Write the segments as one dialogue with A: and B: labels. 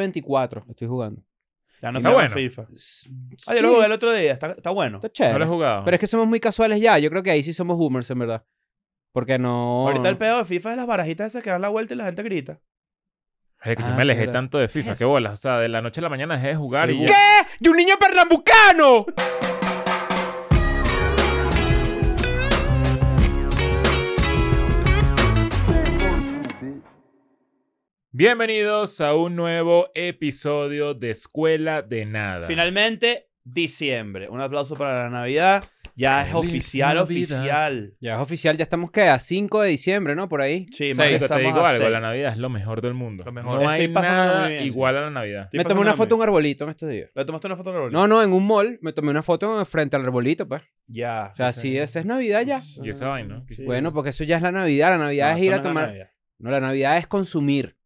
A: FC24 estoy jugando.
B: Ya no
A: Está
B: se llama
C: bueno.
B: FIFA.
A: S-
B: Ah, yo lo
A: sí,
B: jugué el otro día. Está, está bueno.
A: Está
C: No lo
A: chévere.
C: he jugado.
A: Pero es que somos muy casuales ya. Yo creo que ahí sí somos boomers, en verdad. Porque no...
B: Ahorita el pedo de FIFA es las barajitas esas que dan la vuelta y la gente grita.
C: Marico,
A: Ah,
C: yo me alejé
A: será.
C: tanto de FIFA, qué
B: Eso.
C: bolas. O sea, de la noche a la mañana dejé de jugar y
B: ¿Qué?
C: ya.
A: ¿Qué? ¡Y un niño pernambucano!
C: Bienvenidos a un nuevo episodio de Escuela de Nada.
B: Finalmente, diciembre. Un aplauso para la Navidad. Ya es
C: Feliz
B: oficial,
C: Navidad.
B: oficial.
A: Ya es oficial, ya estamos que a 5 de diciembre, ¿no? Por ahí.
B: Sí,
C: Marico,
B: marico,
C: te
B: estamos
C: digo
B: a
C: algo, la
B: seis.
C: Navidad es lo mejor del mundo.
B: Lo mejor.
C: No
B: Estoy
C: hay
B: pasándola muy
C: nada
B: bien.
C: igual a la Navidad.
B: Estoy
A: Me tomé
B: pasando
A: una
B: hambre.
A: foto en un arbolito en estos días.
B: ¿Le tomaste una foto al árbol?
A: No, no, en un mall me tomé una foto frente al arbolito, pues.
B: Ya.
A: O sea, sí, esa es Navidad ya.
C: Y esa vaina.
B: Sí,
A: bueno,
B: sí.
A: porque eso ya es la Navidad. La Navidad
B: No,
A: es ir
B: eso
A: a
B: no es
A: tomar.
B: Navidad.
A: no, la Navidad es consumir.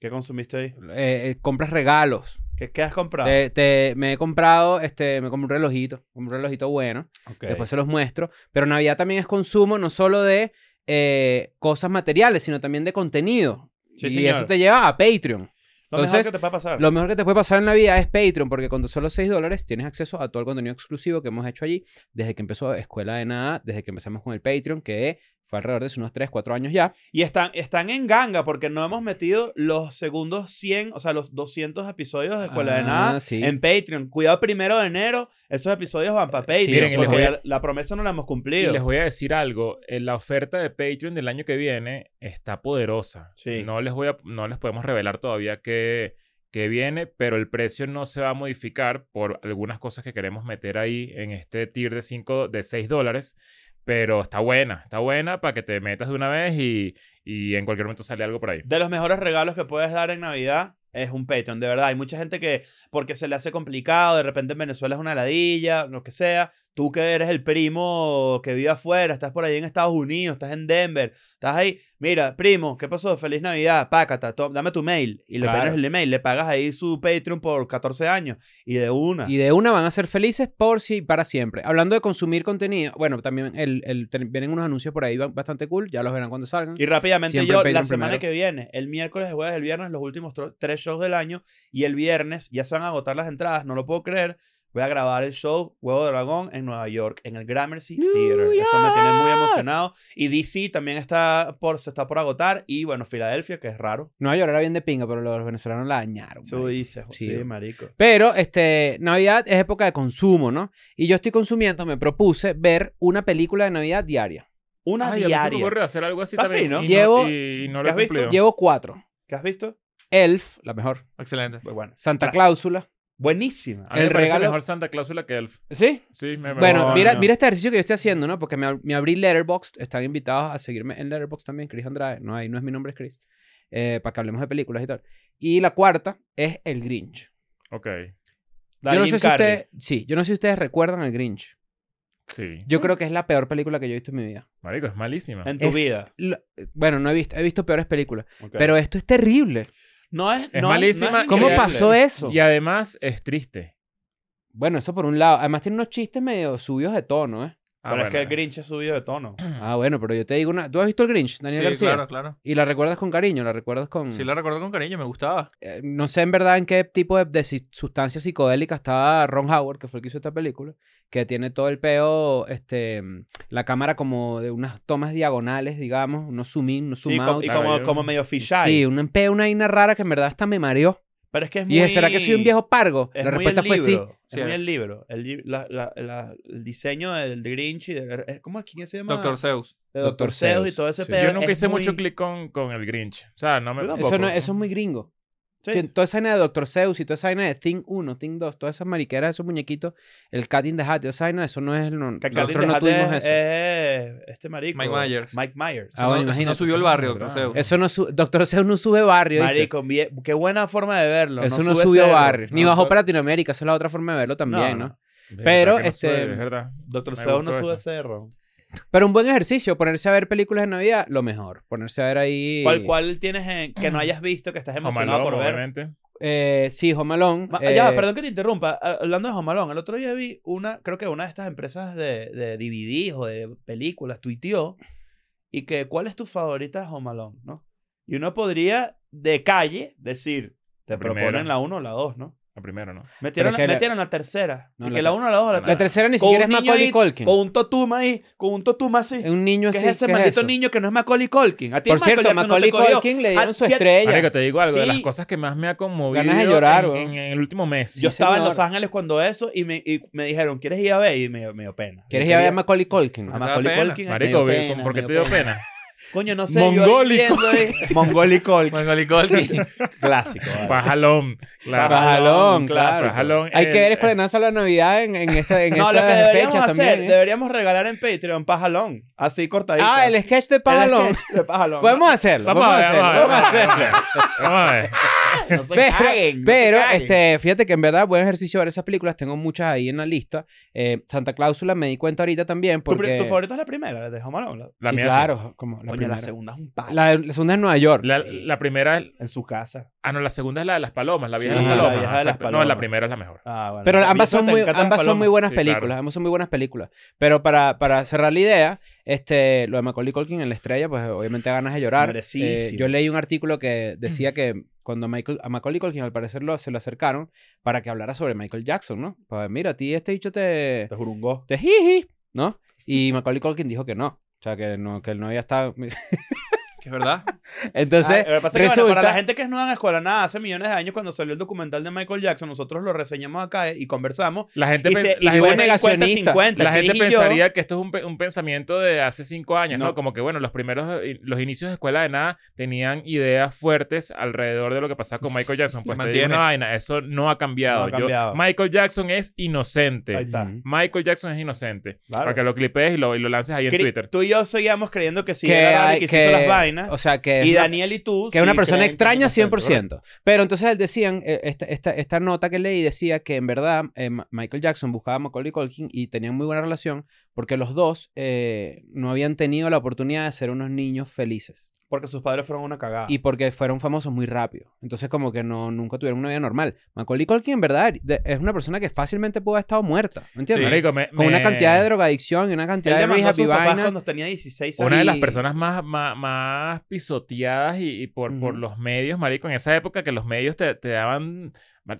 B: ¿Qué consumiste ahí?
A: Eh, eh, compras regalos.
B: ¿Qué, qué has comprado?
A: Te- te- me he comprado, este, me compré un relojito. Un relojito bueno.
B: Ok.
A: Después se los muestro. Pero Navidad también es consumo, no solo de eh, cosas materiales, sino también de contenido.
B: Sí,
A: y
B: señor.
A: eso te lleva a Patreon.
B: lo mejor
A: entonces,
B: que te puede pasar.
A: Lo mejor que te puede pasar en Navidad es Patreon, porque con tan solo 6 dólares tienes acceso a todo el contenido exclusivo que hemos hecho allí desde que empezó Escuela de Nada, desde que empezamos con el Patreon, que fue alrededor de unos 3, 4 años ya.
B: Y están, están en ganga porque no hemos metido los segundos 100, o sea, los 200 episodios de Escuela de
A: Ah,
B: Nada
A: sí.
B: en Patreon. Cuidado, primero de enero, esos episodios van para Patreon.
C: miren, y les
B: porque
C: voy a-
B: ya la promesa no la hemos
C: Y
B: cumplido.
C: les voy a decir algo, eh, la oferta de Patreon del año que viene está poderosa.
B: Sí.
C: No les voy a, no les podemos revelar todavía qué, qué viene, pero el precio no se va a modificar por algunas cosas que queremos meter ahí en este tier de 5, de 6 dólares. Pero está buena, está buena para que te metas de una vez y, y en cualquier momento sale algo por ahí.
B: De los mejores regalos que puedes dar en Navidad es un Patreon, de verdad. Hay mucha gente que, porque se le hace complicado, de repente en Venezuela es una ladilla, lo que sea. Tú que eres el primo que vive afuera, estás por ahí en Estados Unidos, estás en Denver, estás ahí. Mira, primo, ¿qué pasó? Feliz Navidad, pácata, to- dame tu mail. Y le
C: Claro.
B: pones el email, le pagas ahí su Patreon por 14 años y de una.
A: Y de una van a ser felices por sí y para siempre. Hablando de consumir contenido, bueno, también el, el- ten- vienen unos anuncios por ahí ba- bastante cool, ya los verán cuando salgan.
B: Y rápidamente
A: Siempre
B: yo,
A: Patreon
B: la semana
A: primero.
B: que viene, el miércoles, el jueves, el viernes, los últimos tro- tres shows del año. Y el viernes ya se van a agotar las entradas, no lo puedo creer. Voy a grabar el show Huevo de Dragón en Nueva York, en el Gramercy
A: ¡New
B: Theater. Eso me tiene muy
A: York!
B: emocionado. Y DC también está por, se está por agotar. Y bueno, Filadelfia, que es raro.
A: Nueva York era bien de pinga, pero los venezolanos la dañaron.
B: Eso
A: marico.
B: dice,
A: Sí,
B: sí,
A: bro.
B: marico.
A: Pero este, Navidad es época de consumo, ¿no? Y yo estoy consumiendo, me propuse ver una película de Navidad diaria.
B: Una
C: Ay, a mí se me
B: diaria.
C: ocurrió hacer algo así
B: Está
C: también.
B: fino.
C: Y
A: Llevo-
C: no, y- y no
B: ¿Qué
C: lo he
B: has visto?
C: cumplido.
A: Llevo cuatro.
B: ¿Qué has visto?
A: Elf, la mejor.
C: Excelente.
B: Pues bueno.
A: Santa
B: Plaza.
A: Cláusula.
B: Buenísima.
C: A mí
A: El
C: me parece
A: regalo-
C: mejor Santa Cláusula que Elf.
A: ¿Sí?
C: Sí, me, me
A: Bueno,
B: No,
C: gusta.
A: mira,
B: no.
A: mira este ejercicio que yo estoy haciendo, ¿no? Porque me, ab- me abrí Letterboxd. Están invitados a seguirme en Letterboxd también, Chris Andrade. No, ahí no es mi nombre, es Chris. Eh, para que hablemos de películas y tal. Y la cuarta es El Grinch.
C: Ok,
B: Da
A: yo no
B: Jim
A: sé si
B: Carrey.
A: ustedes, sí, yo no sé si ustedes recuerdan El Grinch.
C: sí.
A: Yo creo que es la peor película que yo he visto en mi vida.
C: Marico, es malísima.
B: En tu
A: Es-
B: vida.
A: Lo- bueno, no he visto, he visto peores películas,
B: Ok.
A: pero esto es terrible.
B: no es,
C: es
B: no
C: malísima.
B: no
A: ¿Cómo
B: increíble.
A: pasó eso?
C: Y además es triste.
A: Bueno, eso por un lado. Además tiene unos chistes medio subidos de tono, ¿eh?
C: Ah,
B: pero es que el
C: bueno.
B: Grinch ha subido de tono.
A: Ah, bueno, pero yo te digo una... ¿Tú has visto El Grinch, Daniel
D: Sí,
A: García? Mm.
D: claro, claro.
A: Y la recuerdas con cariño, la recuerdas con...
D: Sí, la recuerdo con cariño, me gustaba.
A: eh, no sé en verdad en qué tipo de, de si- sustancia psicodélica estaba Ron Howard, que fue el que hizo esta película, que tiene todo el peo, este, mm, la cámara como de unas tomas diagonales, digamos, unos zoom in, unos zoom
B: Sí, com-
A: out.
B: y
C: Claro,
B: como,
C: yo-
B: como medio fisheye.
A: Sí, un peo, una vaina rara que en verdad hasta me mareó.
B: Pero es que es muy...
A: Y dije, ¿será que soy un viejo pargo?
B: Es
A: la
B: muy
A: respuesta
B: el
A: fue sí.
B: libro,
D: Sí,
B: es muy
D: es.
B: el libro. El, li- la- la- la- el diseño del Grinch y de... es- ¿Cómo es? ¿Quién se llama?
D: Doctor Zeus.
B: De
A: Dr.
B: Doctor Seuss y
A: Seuss,
B: todo ese
A: sí.
B: pedo.
C: Yo nunca
B: es
C: hice
B: muy-
C: mucho click con, con el Grinch. O sea, no me.
B: Yo tampoco.
A: Eso, no, eso es muy gringo.
B: Sí.
A: Sí, toda esa vaina de Doctor Zeus y toda esa vaina de Thing 1, Thing 2, todas esas mariqueras, esos muñequitos, el Cat in the Hat, toda esa vaina, eso no es... el
B: Que
A: nosotros
B: Catherine
A: no
B: Hahn
A: tuvimos
B: es- eh,
A: eso.
B: es este marico.
D: Mike Myers.
B: Mike Myers.
D: Eso
A: Ah, bueno,
D: no- eso no,
A: imagínate.
D: subió el barrio, Doctor
C: Verdad.
D: Zeus.
A: Eso no su- Doctor Zeus no sube barrio. ¿viste?
B: Marico, bien- qué buena forma de verlo.
A: eso no,
B: sube
A: subió
B: cero.
A: barrio. Ni
B: No,
A: bajó
B: pero-
A: para Latinoamérica. Esa es la otra forma de verlo también,
B: No,
A: ¿no?
B: no.
C: Verga,
A: Pero,
C: que no
A: este-
C: sube, es verdad.
B: Doctor
C: Me
B: Seuss no
C: gustó
B: sube
C: esa.
B: cerro.
A: Pero un buen ejercicio. Ponerse a ver películas de Navidad, lo mejor. Ponerse a ver ahí...
B: ¿Cuál, ¿Cuál tienes en- que no hayas visto, que estás emocionado
C: Homalón,
B: por ver?
C: obviamente.
A: Eh, sí, Home Alone,
B: Ma-
A: eh,
B: ya, perdón que te interrumpa. Ah, Hablando de Jomalón, el otro día vi una, creo que una de estas empresas de, de DVDs o de películas tuiteó y que cuál es tu favorita de Jomalón, ¿no? Y uno podría de calle decir Te
C: La
B: proponen
C: primera.
B: la 1 o la 2, ¿no?
C: La primera, ¿no?
B: Metieron,
A: es
B: la,
A: que la-
B: metieron la tercera.
A: No,
B: y
A: la
B: que la
A: ter-
B: 1 o la 2 la
C: no,
A: La
B: tercera.
A: tercera ni
B: Con
A: siquiera es
B: un niño
A: Macaulay
B: ahí-
A: Culkin.
B: Con un totuma ahí, con un totuma así.
A: Es un niño
B: ¿Qué
A: así.
B: es ese
A: ¿qué
B: maldito
A: eso?
B: niño que no es Macaulay Culkin? A ti
A: Por
B: es Michael
A: cierto,
B: Jackson, no te
A: Macaulay
B: cogió.
A: Culkin le
B: Ah,
A: dieron su
B: siete-
A: estrella.
C: Marico, te digo algo, de las
B: Sí.
C: cosas que más me ha conmovido
A: Ganas de llorar,
C: en,
A: weón.
C: en- en el último mes.
A: Sí,
B: Yo estaba en
A: señor.
B: Los Ángeles cuando eso y me, y me dijeron, ¿quieres ir a ver? Y me, dio- me dio pena.
A: ¿Quieres
B: Yo
A: ir a ver a
B: quería-
A: Macaulay Culkin?
B: a
C: ¿Te da
B: Macaulay
C: pena?
B: Culkin,
C: Marico,
B: me dio
C: ve,
B: pena,
C: ¿por qué
B: me
C: te
B: dio
C: dio pena?
B: Coño, no sé. yo ahí
C: Mongólico.
B: viendo eh. ahí- Mongólico.
D: Macaulay Culkin.
B: Clásico. vale.
C: Pajalón. Claro.
A: Pajalón,
B: clásico.
C: Pajalón.
A: Hay
C: el-
A: que ver Escuela de Danza de la Navidad en, en, esta, en
B: No, lo que
A: estas
B: deberíamos
A: fechas
B: hacer,
A: también. ¿eh?
B: deberíamos regalar en Patreon pajalón. Así cortadito.
A: Ah, el sketch de Pajalón.
B: sketch de pajalón.
A: Podemos hacerlo.
C: Vamos a
A: podemos
C: ver,
A: hacerlo,
C: vamos
A: podemos
C: a ver.
A: hacerlo.
C: Vamos a ver.
D: No se
A: Pero-
D: caguen, no se
A: Pero,
D: caguen.
A: este, fíjate que en verdad, buen ejercicio ver esas películas. Tengo muchas ahí en la lista. Eh, Santa Cláusula me di cuenta ahorita también
B: ¿Tu, pri-
A: porque...
B: tu favorito es la primera? ¿La de Home Alone? La-
C: La
A: Sí,
C: mía sí.
A: claro. Como la,
B: Coño,
A: primera.
B: la segunda es un palo.
A: La- la segunda es Nueva York.
C: La, la primera,
B: En su casa.
C: ah, no, la segunda es la de las palomas, la vieja
A: Sí,
C: de
A: la
C: las palomas.
B: vieja de las
C: exacto. No, la
B: palomas.
C: primera es la mejor.
B: Ah, bueno.
A: Pero
B: A mí
A: ambas
B: eso
A: son
B: te
A: muy,
B: encantan las
A: ambas son muy
B: palomas.
A: buenas
C: Sí,
A: películas.
C: claro.
A: Ambas son muy buenas películas. Pero para, para cerrar la idea, este, lo de Macaulay Culkin en la estrella, pues obviamente ganas de llorar.
B: Merecidísimo.
A: yo leí un artículo que decía
D: Mm.
A: que cuando Michael, a Macaulay Culkin al parecer lo, se lo acercaron para que hablara sobre Michael Jackson, ¿no? Pues mira, a ti este dicho te,
B: Te jurungó.
A: te jiji, ¿no? Y Macaulay Culkin dijo que no. O sea, que, no, que él no había estado...
D: Que es verdad.
A: Entonces,
B: Ah, lo que pasa es que, bueno,
A: resulta-
B: para la gente que es nueva en escuela, nada, hace millones de años cuando salió el documental de Michael Jackson, nosotros lo reseñamos acá eh, y conversamos.
C: La gente,
B: Y,
C: pen-
B: se,
C: la
B: y
C: gente-
B: fue 50,
A: negacionista.
B: 50,
C: la gente
B: Cris y yo.
C: pensaría que esto es un, pe- un pensamiento de hace cinco años, ¿no?
B: No.
C: Como que, bueno, los primeros, eh, los inicios de Escuela de Nada tenían ideas fuertes alrededor de lo que pasaba con Michael Jackson. Pues
D: Se
C: te digo
D: mantiene.
C: una vaina, eso no ha cambiado.
B: No ha
C: Yo-
B: cambiado.
C: Michael Jackson es inocente.
B: Ahí está.
A: Ujú.
C: Michael Jackson es inocente.
B: Claro.
C: Para que lo clipees y lo, y lo lances ahí en
B: Cri-
C: Twitter.
B: Tú y yo seguíamos creyendo que sí,
A: Que
B: era Dani
A: hay-
B: que, se
A: que-
B: hizo las vainas.
A: o sea, que...
B: y
A: es una-
B: Daniel y tú.
A: Que es una
B: sí
A: persona
B: creen que
A: extraña
B: es inocente,
A: 100%. Pero entonces él decían, eh, esta, esta, esta nota que leí decía que en verdad eh, Ma- Michael Jackson buscaba a Macaulay Culkin y tenían muy buena relación porque los dos eh, no habían tenido la oportunidad de ser unos niños felices
B: ¿verdad? Porque sus padres fueron una cagada.
A: y porque fueron famosos muy rápido. Entonces como que no, nunca tuvieron una vida normal. Macaulay Culkin en verdad de- es una persona que fácilmente pudo haber estado muerta, ¿me entiendes?
C: Marico, me-
A: Con una
C: me-
A: cantidad de drogadicción y una
B: Él
A: cantidad de
B: demandó a
A: rehab y
B: sus papás
A: vaina.
B: cuando tenía 16 años.
C: Una de las
A: Y-
C: personas más, más, más pisoteadas y, y por, por
A: Ujú.
C: los medios, marico, en esa época que los medios te, te daban...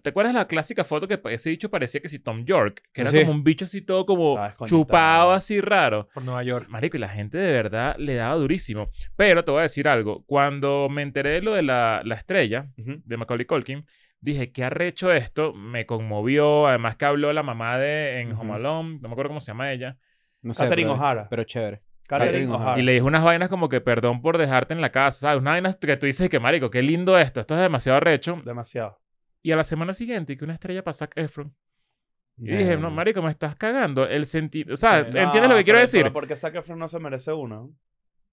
C: ¿Te acuerdas la clásica foto que ese bicho parecía que si Tom York? Que era
A: Sí.
C: como un bicho así todo como
B: Estaba desconectado.
C: chupado así raro.
D: Por Nueva York.
C: Marico, y la gente de verdad le daba durísimo. Pero te voy a decir algo. Cuando me enteré de lo de la, la estrella
B: Ujú.
C: de Macaulay Culkin, dije, ¿qué arrecho esto? Me conmovió. Además que habló la mamá de en
A: Ujú.
C: Home Alone, no me acuerdo cómo se llama ella.
A: No sé,
B: Catherine
A: pero-
B: O'Hara.
A: pero chévere.
B: Catherine
A: Catherine
B: O'Hara.
C: Y le dijo unas vainas como que perdón por dejarte en la casa, ¿sabes? Unas vainas que tú dices que, marico, qué lindo esto, esto es demasiado recho.
B: Demasiado.
C: Y a la semana siguiente, que una estrella para Zac Efron. Y
A: Ya.
C: dije, no, marico, me estás cagando. El sentido... O sea,
D: Sí.
C: ¿entiendes
B: No,
C: lo que quiero
B: pero-
C: decir?
B: Pero porque Zac Efron no se merece uno.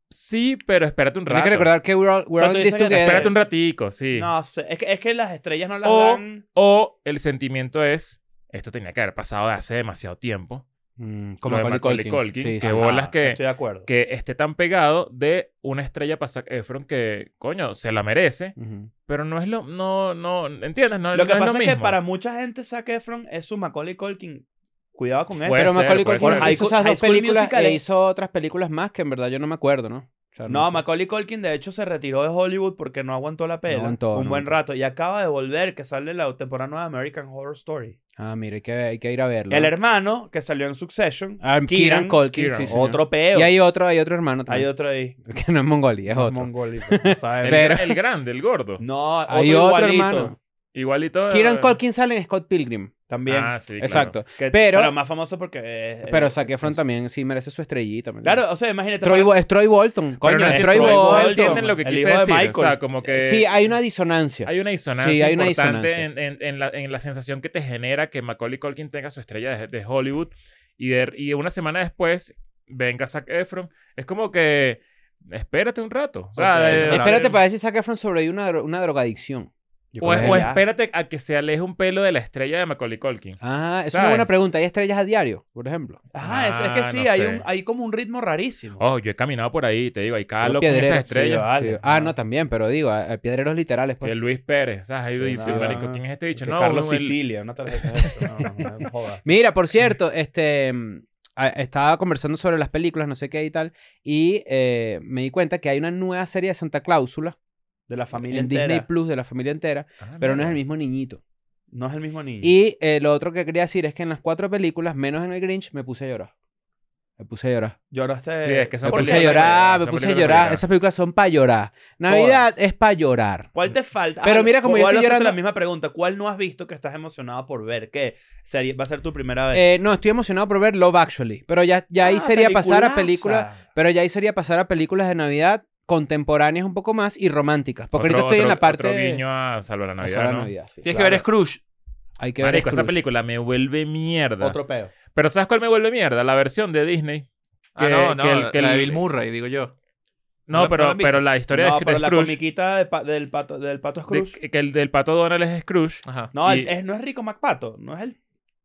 C: Sí, pero espérate un
A: Hay
C: rato.
A: que recordar que we're all, we're
B: O sea,
A: all
B: tú
A: in
B: dices
A: this
B: que-
A: together.
C: Espérate un ratico, sí.
B: No, sé, es que, es que las estrellas no las
C: O-
B: dan.
C: O el sentimiento es, esto tenía que haber pasado de hace demasiado tiempo.
A: Mm,
C: Como lo de Macaulay Culkin, que bolas
B: Ajá,
C: que-
B: Estoy de acuerdo.
C: Que esté tan pegado de una estrella para Zac Efron que, coño, se la merece,
A: Ujú.
C: pero no es lo... No, no, ¿entiendes? No,
B: lo que
C: no
B: pasa es,
C: es, lo
B: que
C: mismo.
B: para mucha gente Zac Efron es su Macaulay Culkin. Cuidado con eso.
C: Puede
A: pero
C: ser,
A: Macaulay
C: puede
A: Culkin
B: ser. High
A: hizo
B: School-
A: esas
B: High
A: dos
B: School
A: películas
B: Musical
A: e
B: es-
A: hizo otras películas más que en verdad yo no me acuerdo, ¿no? O sea,
B: no,
A: sé.
B: Macaulay Culkin de hecho se retiró de Hollywood porque no aguantó la pena
A: No aguantó,
B: un
A: no
B: buen
A: aguantó.
B: rato y acaba de volver que sale la temporada nueva de American Horror Story.
A: Ah, mira, hay que, hay que ir a verlo.
B: El hermano que salió en Succession,
A: Ah, Kieran,
B: Kieran,
A: Culkin,
C: Kieran,
A: sí, señor.
B: otro peo.
A: Y hay otro, hay otro hermano
B: Hay
A: también.
B: otro ahí.
A: Que no es mongolí, es
B: No,
A: otro.
B: mongol, pues, no sabemos.
C: El,
A: Pero-
C: el grande, el gordo.
B: No, otro
A: Hay otro
B: igualito.
A: hermano.
C: Igualito.
A: Kieran
C: eh,
A: Culkin sale en Scott Pilgrim.
B: También.
C: Ah, sí, claro.
A: Exacto.
B: Que-
A: pero-
B: más famoso porque. eh,
A: Pero
B: eh,
A: Zac Efron
B: es-
A: también sí merece su estrellita. ¿me entiendes?
B: Claro, o sea, imagínate.
A: Troy, Bo- es Troy Bolton. Coño,
C: no
A: es
B: es
A: Troy
B: Troy
A: Bolton.
B: Bolton.
C: entienden lo que
B: el
C: quise
B: hijo de
C: decir.
B: Michael.
C: O sea, como que.
A: Sí, hay una disonancia.
C: eh, Hay una disonancia
A: Sí, hay una
C: importante
A: disonancia.
C: En, en- en la, en la sensación que te genera que Macaulay Culkin tenga su estrella de, de Hollywood y, de, y una semana después venga Zac Efron. Es como que espérate un rato. O, sea,
D: Ok,
C: de-
D: no,
A: Espérate
C: de-
A: para ver si Zac Efron sobrevive una, dro- una drogadicción.
B: Yo
C: o,
B: creo que
C: o
B: ya.
C: espérate a que se aleje un pelo de la estrella de Macaulay Culkin.
A: Ah, es una
C: ¿Sabes?
A: buena pregunta. ¿Hay estrellas a diario, por ejemplo?
B: Ajá, es, es que
C: Ah,
B: sí,
C: no
B: hay,
C: sé.
B: un, hay como un ritmo rarísimo.
C: Oh, yo he caminado por ahí, te digo, hay cada
A: Puro
C: loco con esas
A: piedrero,
C: estrellas.
B: sí, vale.
A: Sí. Ah, no, también, pero digo, a- a piedreros literales. pues.
C: Que Luis Pérez, ¿sabes? Ahí
B: Sí,
C: dice,
B: nada.
C: marico, ¿quién es este
B: Que
C: bicho? No,
B: Carlos
C: bueno, el-
B: Sicilia, una tarjeta de eso. No, no, no, joda.
A: Mira, por cierto, este mm, a- estaba conversando sobre las películas, no sé qué y tal, y eh, me di cuenta que hay una nueva serie de Santa Cláusula
B: De la familia
A: en
B: entera.
A: Disney Plus de la familia entera,
C: Ah,
A: pero no
C: mira.
A: es el mismo niñito.
B: No es el mismo niño.
A: Y eh, lo otro que quería decir es que en las cuatro películas, menos en el Grinch, me puse a llorar. Me puse a llorar.
B: Lloraste.
C: Sí, es que son
A: Me
B: ¿Por
A: puse
C: películas
A: a
B: qué?
C: para llorar,
A: llorar, me
C: son
A: puse a
C: películas para
A: llorar.
C: llorar.
A: Esas películas son para llorar. Navidad
B: Todas.
A: es para llorar.
B: ¿Cuál te falta? Ah,
A: Pero mira como yo
B: igual
A: estoy
B: hacerte la
A: llorando-
B: misma pregunta. ¿Cuál no has visto que estás emocionado por ver? ¿Qué? Sería- va a ser tu primera vez.
A: Eh, no, estoy emocionado por ver Love Actually, pero ya, ya ahí
B: Ah,
A: sería pasar a películas,
B: peliculaza.
A: pero ya ahí sería pasar a películas de Navidad contemporáneas un poco más y románticas, porque ahorita estoy en la parte
C: Otro
A: de-
C: guiño a Salva la
A: a
C: Navidad,
A: Sara
C: ¿no?
A: Navidad, sí.
D: Tienes que
A: Claro.
D: ver Scrooge.
A: Hay que ver
C: Marico, esa
A: Scrooge.
C: película me vuelve mierda.
B: Otro peo.
C: Pero ¿sabes cuál me vuelve mierda? La versión de Disney.
D: Ah,
C: Que-
D: no, no,
C: que el- que
D: la de
C: el-
D: Bill Murray, digo yo.
C: No,
D: ¿No la- no la
C: pero,
D: han
C: pero la historia
B: no,
C: de,
B: pero
C: de
B: la
C: Scrooge.
B: comiquita de pa- del, pato, del pato
C: de-
B: Scrooge.
C: que el del pato Donald es Scrooge.
A: Ah.
D: Ajá.
B: no,
C: y-
B: es, no es Rico McPato. No es el.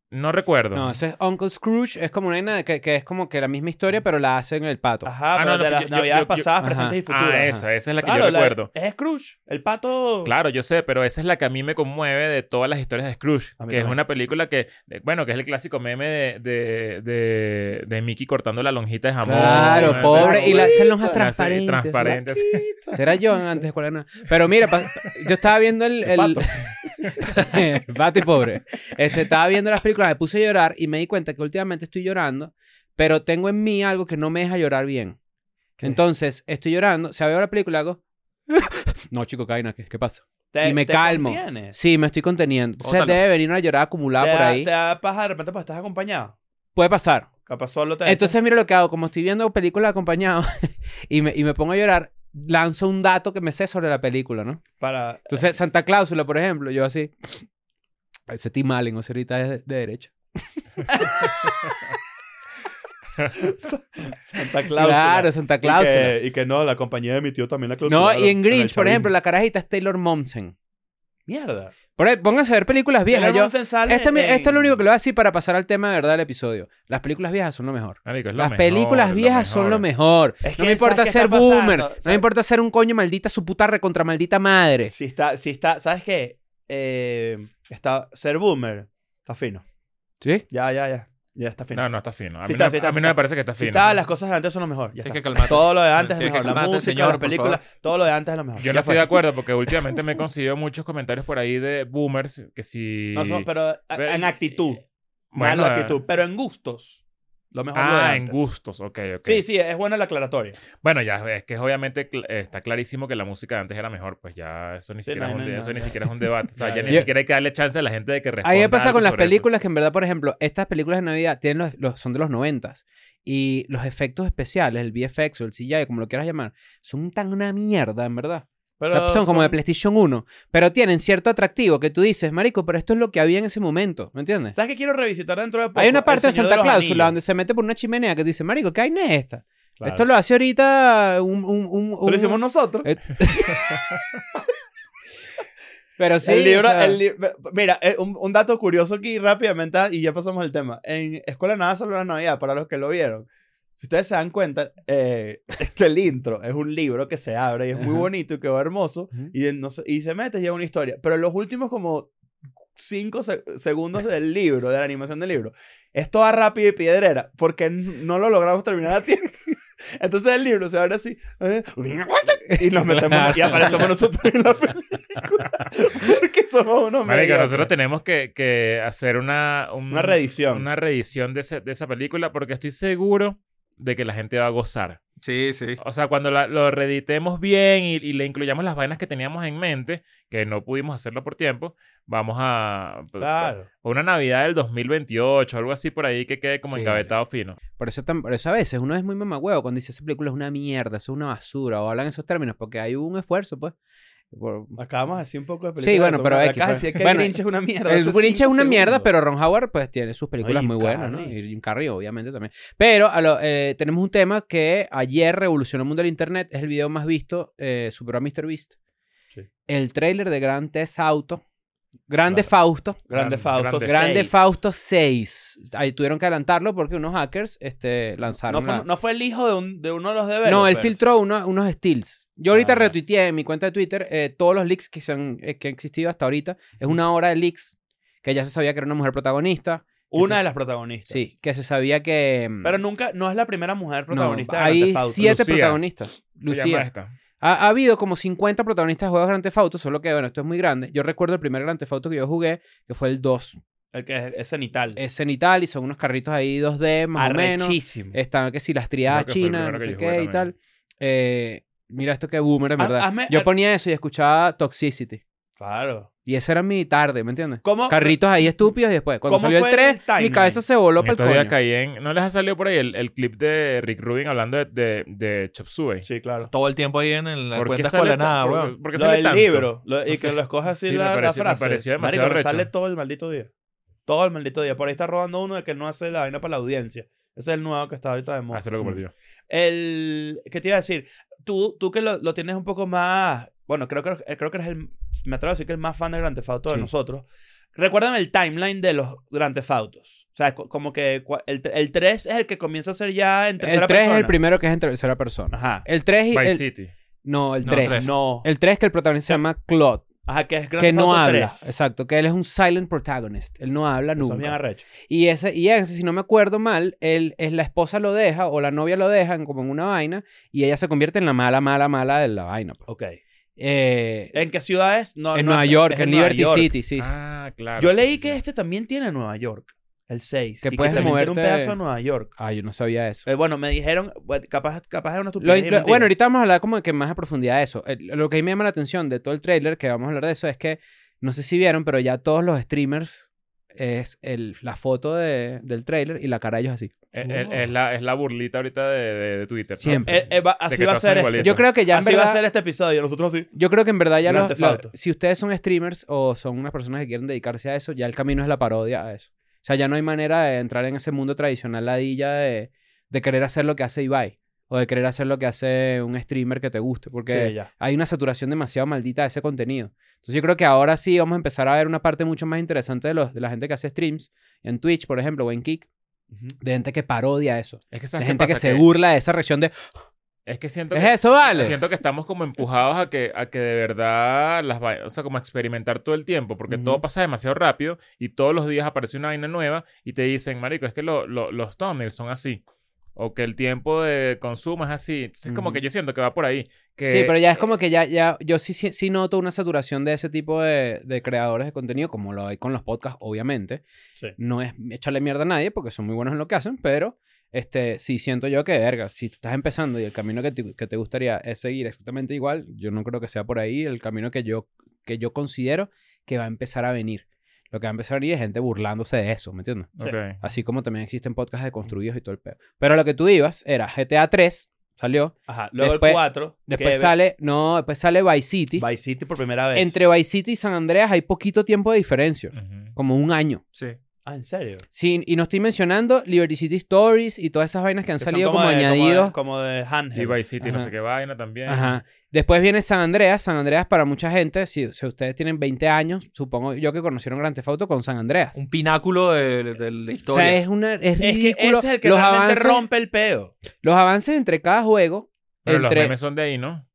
C: No recuerdo.
A: No, ese es Uncle Scrooge, es como una vaina que, que es como que la misma historia, pero la hacen el pato.
B: Ajá,
C: Ah,
B: pero
C: no, no,
B: de las
C: yo- yo-
B: navidades
C: yo- yo-
B: pasadas,
A: ajá.
B: presentes y futuras.
C: ah,
A: ajá.
C: esa, esa es la que
B: Claro,
C: yo
B: la-
C: recuerdo.
B: es Scrooge. El pato.
C: Claro, yo sé, pero esa es la que a mí me conmueve de todas las historias de Scrooge,
B: A mí
C: que es
B: también.
C: una película que, eh, bueno, que es el clásico meme de, de, de, de Mickey cortando la lonjita de jamón.
A: Claro,
C: ¿no?
A: pobre. Y la, hacen
C: Así,
A: lonjas transparentes.
C: transparente, así.
A: Será yo antes, ¿cuál era? Pero mira, pa- yo estaba viendo el...
B: El
A: el-
B: pato.
A: Pato y pobre. Este, estaba viendo las películas, me puse a llorar y me di cuenta que últimamente estoy llorando, pero tengo en mí algo que no me deja llorar bien.
B: ¿Qué?
A: Entonces, estoy llorando, se veo la película, hago... No, chico, Kaina, ¿qué, qué pasa?
B: Te-
A: y me
B: te
A: calmo.
B: contienes.
A: Sí, me estoy conteniendo. Se
D: Bótalo.
A: debe venir una llorada acumulada
B: te,
A: por
B: da-
A: ahí.
B: te da paja de repente porque estás acompañado.
A: Puede pasar.
B: Capaz solo te.
A: Entonces, mira lo que hago. Como estoy viendo películas acompañado y, me, y me pongo a llorar, lanzo un dato que me sé sobre la película, ¿no?
B: Para.
A: Entonces, Santa Cláusula, por ejemplo, yo así. Ese Tim Allen, o sea, ahorita es de, de derecha.
B: Santa Claus.
A: Claro, Santa
B: Y
A: Cláusula.
B: que, y que no, la compañía de mi tío también la
A: No,
B: clausuraba
A: y en
B: con el
A: Grinch, por
B: chavismo.
A: ejemplo, la carajita es Taylor Momsen.
B: Mierda.
A: Por ahí, pónganse a ver películas viejas.
B: Taylor
A: Yo,
B: Momsen sale
A: este, mi-
B: en-
A: esto es lo único que le voy a decir para pasar al tema de verdad del episodio. Las películas viejas son lo mejor.
C: Marico, es lo
A: Las
C: mejor,
A: películas
C: lo
A: viejas son lo
C: mejor.
A: mejor.
B: Es que,
A: no me importa
B: ¿sabes qué
A: ser
B: está pasando?
A: boomer. No me
B: ¿Sabes?
A: importa ser un coño maldita su puta recontra maldita madre.
B: Si está, si está, ¿sabes qué? Eh, está, ser boomer está fino.
A: ¿Sí?
B: Ya, ya, ya. Ya está fino.
C: No, no, está fino. A mí,
B: Sí está,
C: no,
B: sí está,
C: a mí
B: sí
C: no me
B: está.
C: parece que está
B: si
C: fino.
B: está, las cosas de antes son lo mejor. Ya
D: Tienes
B: está.
D: que calmarte.
B: Todo lo de antes es
D: Tienes que
B: mejor. La
D: calmarte,
B: música,
D: señor,
B: las
D: por
B: películas, todo lo de antes es lo mejor.
C: Yo no
B: Ya
C: estoy
B: fue.
C: de acuerdo porque últimamente me he conseguido muchos comentarios por ahí de boomers que si...
B: No, so- pero a-
C: Ve-
B: en actitud.
C: Bueno,
B: mala actitud. Pero en gustos. Lo mejor lo de
C: Ah, en
B: antes.
C: gustos, ok, ok.
B: Sí, sí, es buena la aclaratoria.
C: Bueno, ya es que es obviamente cl- eh, está clarísimo que la música de antes era mejor, pues ya eso ni
B: Sí,
C: siquiera,
B: no,
C: es, un
B: no,
C: de-
B: no,
C: eso ni
B: no.
C: siquiera es un debate, o sea, ya
B: Claro.
C: ni
A: Yo-
C: siquiera hay que darle chance a la gente de que responda.
A: Ahí me pasa
C: algo
A: con las
C: sobre eso.
A: películas que en verdad, por ejemplo, estas películas de Navidad tienen los, los- son de los 90 y los efectos especiales, el VFX o el CGI, como lo quieras llamar, son tan una mierda, en verdad. O
B: Pero
A: sea, son, como de PlayStation 1, pero tienen cierto atractivo que tú dices, marico, pero esto es lo que había en ese momento, ¿me entiendes?
B: ¿Sabes qué quiero revisitar dentro de poco?
A: Hay una parte de
B: El Señor
A: Santa
B: los
A: Cláusula
B: Anillos.
A: donde se mete por una chimenea que tú dices, marico, ¿qué vaina es esta?
B: Claro.
A: Esto lo hace ahorita un... un, un-
B: Eso
A: un-
B: lo hicimos nosotros.
A: Eh, Pero sí,
B: el
A: o
B: libro,
A: sea,
B: el li- mira, eh, un, un dato curioso aquí rápidamente y ya pasamos al tema. En Escuela de Nada solo la Navidad, para los que lo vieron, si ustedes se dan cuenta, eh, es que el intro es un libro que se abre y es muy
A: Ajá.
B: bonito y quedó hermoso
A: Ujú.
B: y, no se- y se mete y lleva una historia. Pero los últimos como cinco se- segundos del libro, de la animación del libro, es toda rápida y piedrera porque n- no lo logramos terminar a tiempo. Entonces el libro se abre así eh, y nos metemos y aparecemos nosotros en la película porque somos unos
C: Marico,
B: mediocres.
C: nosotros tenemos que, que hacer una... un-
B: Una reedición.
C: Una reedición de, ese- de esa película porque estoy seguro de que la gente va a gozar.
D: Sí, sí.
C: O sea, cuando la- lo reeditemos bien y, y le incluyamos las vainas que teníamos en mente, que no pudimos hacerlo por tiempo, vamos a... pues,
B: Claro.
C: Una Navidad del 2028, algo así por ahí que quede como
A: Sí,
C: engavetado fino.
A: Por eso, tam- por eso a veces uno es muy mamagüeo cuando dice esa película es una mierda, eso es una basura, o hablan esos términos, porque hay un esfuerzo, pues. Por-
B: Acabamos así un poco de
A: Sí,
B: películas.
A: bueno,
B: de
A: pero
B: sombra.
A: X,
B: Acabas de
A: pues.
B: decir que
A: Bueno,
B: el Grinch es una mierda.
A: El
B: hace
A: Grinch es
B: cinco
A: una mierda,
B: segundos.
A: pero Ron Howard pues tiene sus películas
B: Jim
A: muy buenas, ¿no?
B: Carrey.
A: Y Jim Carrey, obviamente, también. Pero a lo- eh, tenemos un tema que ayer revolucionó el mundo del internet, es el video más visto, eh, superó a MrBeast.
B: Sí.
A: El tráiler de Grand Theft Auto, Grande
B: Claro.
A: Fausto,
B: Grande
C: Grande-
B: Fausto.
C: Grande-
A: Grande
B: seis.
A: Fausto 6. Ahí tuvieron que adelantarlo porque unos hackers este,
B: No
A: lanzaron la-
B: fue, no fue el hijo de, un- de uno de pues. los deberes.
A: No, él filtró uno- unos steals. Yo ahorita
B: Ah, ya.
A: retuiteé en mi cuenta de Twitter eh, todos los leaks que, se han, eh, que han existido hasta ahorita. Es una hora de leaks que ya se sabía que era una mujer protagonista.
B: Una de las protagonistas.
A: Sí, que se sabía que... mm,
B: Pero nunca, no es la primera mujer
A: no,
B: protagonista. de Grand
A: hay
B: Theft Auto.
A: siete
C: Lucía.
A: protagonistas.
C: Se llama
A: Lucía.
C: esta.
A: Ha, ha habido como 50 protagonistas de juegos Grand Theft Auto, solo que, bueno, esto es muy grande. Yo recuerdo el primer Grand Theft Auto que yo jugué, que fue el 2.
B: El que es, es cenital.
A: Es cenital y son unos carritos ahí 2D más o menos. eh,
B: Arrechísimo.
A: Están que si las triadas
C: Creo que fue el
A: chinas, no
C: primero que
A: sé
C: yo
A: qué
C: jugué
A: y tal.
C: también.
A: Eh, mira esto que boomer, en
B: Haz-
A: verdad.
B: hazme-
A: Yo ponía eso y escuchaba Toxicity.
B: Claro.
A: Y esa era mi tarde, ¿me entiendes?
B: ¿Cómo?
A: Carritos ahí estúpidos y después. Cuando
B: ¿Cómo
A: salió el
B: fue el
A: 3, mi
B: timeline?
A: cabeza se voló
C: En
A: para el
C: estos días
A: coño.
C: caí en... ¿No les ha salido por ahí el, el clip de Rick Rubin hablando de, de, de Chop Suey?
B: Sí, claro.
D: Todo el tiempo ahí en el- la
C: ¿Por qué
D: cuenta
C: sale
D: escuela,
C: ta-
D: nada,
C: por-
D: weón.
C: por qué
B: Lo
C: sale
B: del
C: tanto?
B: libro. lo- y
C: No
B: que
C: sé.
B: lo escoja así
C: Sí, me
B: la, la
C: pareció- me
B: frase.
C: pareció
B: Marico,
C: demasiado
B: me
C: arrecho.
B: sale todo el maldito día. Todo el maldito día. Por ahí está robando uno de que él no hace la vaina para la audiencia. Ese es el nuevo que está ahorita de moda.
C: Ah, se lo compartió.
B: El, ¿Qué te iba a decir? Tú, tú que lo, lo tienes un poco más... Bueno, creo que, eh, creo que eres el... Me atrevo a decir que el más fan del Grand Theft Auto de
A: Sí.
B: nosotros. Recuérdame el timeline de los Grand Theft Autos. O sea, co- como que cua- el, tre- el 3 es el que comienza a ser ya en tercera
A: El 3 es el
B: persona.
A: primero que es en tercera persona.
B: Ajá.
A: El 3 y.
C: Vice
A: el-
C: City.
A: No, el
D: No,
A: 3.
D: tres.
B: No.
A: El 3 que el protagonista se llama Claude,
B: Ajá, que es Grand
A: que
B: Theft
A: no
B: Auto
A: habla.
B: 3.
A: Exacto, que él es un silent protagonist. Él no habla
B: Eso es bien
A: nunca.
B: arrecho.
A: Y ese, y ese, si no me acuerdo mal, él, es la esposa lo deja o la novia lo dejan como en una vaina y ella se convierte en la mala, mala, mala de la vaina. pues.
B: Ok.
A: Eh,
B: ¿En qué ciudad es? No,
A: en
B: no
A: Nueva
B: es-
A: York,
B: es
A: en
B: Nueva
A: Liberty
B: York.
A: City, sí.
C: Ah, claro.
B: Yo
C: sí,
B: leí
C: sí,
B: que
C: sí.
B: este también tiene Nueva York. El 6.
A: Que
B: y
A: puedes
B: que también tiene un
A: moverte-
B: pedazo de Nueva York.
A: Ah, yo no sabía eso.
B: Eh, bueno, me dijeron... bueno, capaz, capaz era una
A: Lo
B: estupidez. y
A: in-
B: mentira.
A: lo- bueno, ahorita vamos a hablar como que más a profundidad de eso. El- lo que a mí me llama la atención de todo el trailer, que vamos a hablar de eso, es que no sé si vieron, pero ya todos los streamers es el, la foto de- del trailer y la cara de ellos así.
C: Eh, eh, Es, la, es la burlita ahorita de, de- de Twitter. ¿no?
A: este- Siempre.
B: Eh, eh, va- así
C: que
B: va a
C: todos
B: ser
C: son
B: este.
C: igualitos.
A: Yo creo que ya en
B: así va a
A: verdad,
B: ser este episodio. Nosotros así.
A: yo creo que en verdad ya
B: Grand
A: los,
B: Theft
A: la-
B: Auto.
A: si ustedes son streamers o son unas personas que quieren dedicarse a eso, ya el camino es la parodia a eso. O sea, ya no hay manera de entrar en ese mundo tradicional ladilla de, de querer hacer lo que hace Ibai o de querer hacer lo que hace un streamer que te guste, porque
B: Sí, ya.
A: hay una saturación demasiado maldita de ese contenido. Entonces yo creo que ahora sí vamos a empezar a ver una parte mucho más interesante de, los, de la gente que hace streams en Twitch, por ejemplo, o en Kick,
B: Ujú.
A: de gente que parodia eso.
C: Es que
A: De
C: ¿sabes qué
A: gente que
C: pasa?
A: se burla de esa reacción de
C: Es que siento
A: ¡Es
C: que...
A: eso, vale!
C: Siento que estamos como empujados a que, a que de verdad las vai- o sea, como a experimentar todo el tiempo, porque
A: Ujú.
C: todo pasa demasiado rápido y todos los días aparece una vaina nueva y te dicen, marico, es que lo- lo- los thumbnails son así. O que el tiempo de consumo es así. Entonces, es como
A: Ujú.
C: que yo siento que va por ahí. Que,
A: Sí, pero ya es como que ya, ya yo sí, sí, sí noto una saturación de ese tipo de, de creadores de contenido, como lo hay con los podcasts, obviamente.
B: Sí.
A: No es echarle mierda a nadie porque son muy buenos en lo que hacen, pero este, sí siento yo que, verga, si tú estás empezando y el camino que te, que te gustaría es seguir exactamente igual, yo no creo que sea por ahí el camino que yo, que yo considero que va a empezar a venir. Lo que va a empezar a venir es gente burlándose de eso, ¿me entiendes?
C: Ok.
A: Así como también existen podcasts de construidos y todo el pedo. Pero lo que tú ibas era GTA 3, salió.
B: Ajá. Luego
A: Después-
B: el 4.
A: Después sale, no, después sale Vice City.
B: Vice City por primera vez.
A: Entre Vice City y San Andreas hay poquito tiempo de diferencia,
C: Ujú.
A: como un año.
D: Sí.
B: Ah, ¿en serio?
A: Sin, y no estoy mencionando Liberty City Stories y todas esas vainas que han
B: Que son
A: salido como, añadidos.
B: Como de, como de handhelds.
C: Y Vice City, no
A: Ajá.
C: sé qué vaina también.
A: Ajá. Después viene San Andreas. San Andreas para mucha gente, si, si ustedes tienen 20 años, supongo yo que conocieron Grand Theft Auto con San Andreas.
D: Un pináculo de, de la
A: O
D: historia.
A: sea, es, una, es
B: Es que
A: ridículo.
B: ese es el que
A: los,
B: realmente
A: avances,
B: rompe el peo.
A: los avances entre cada juego,
C: Pero los
A: entre
C: memes son de ahí, ¿no?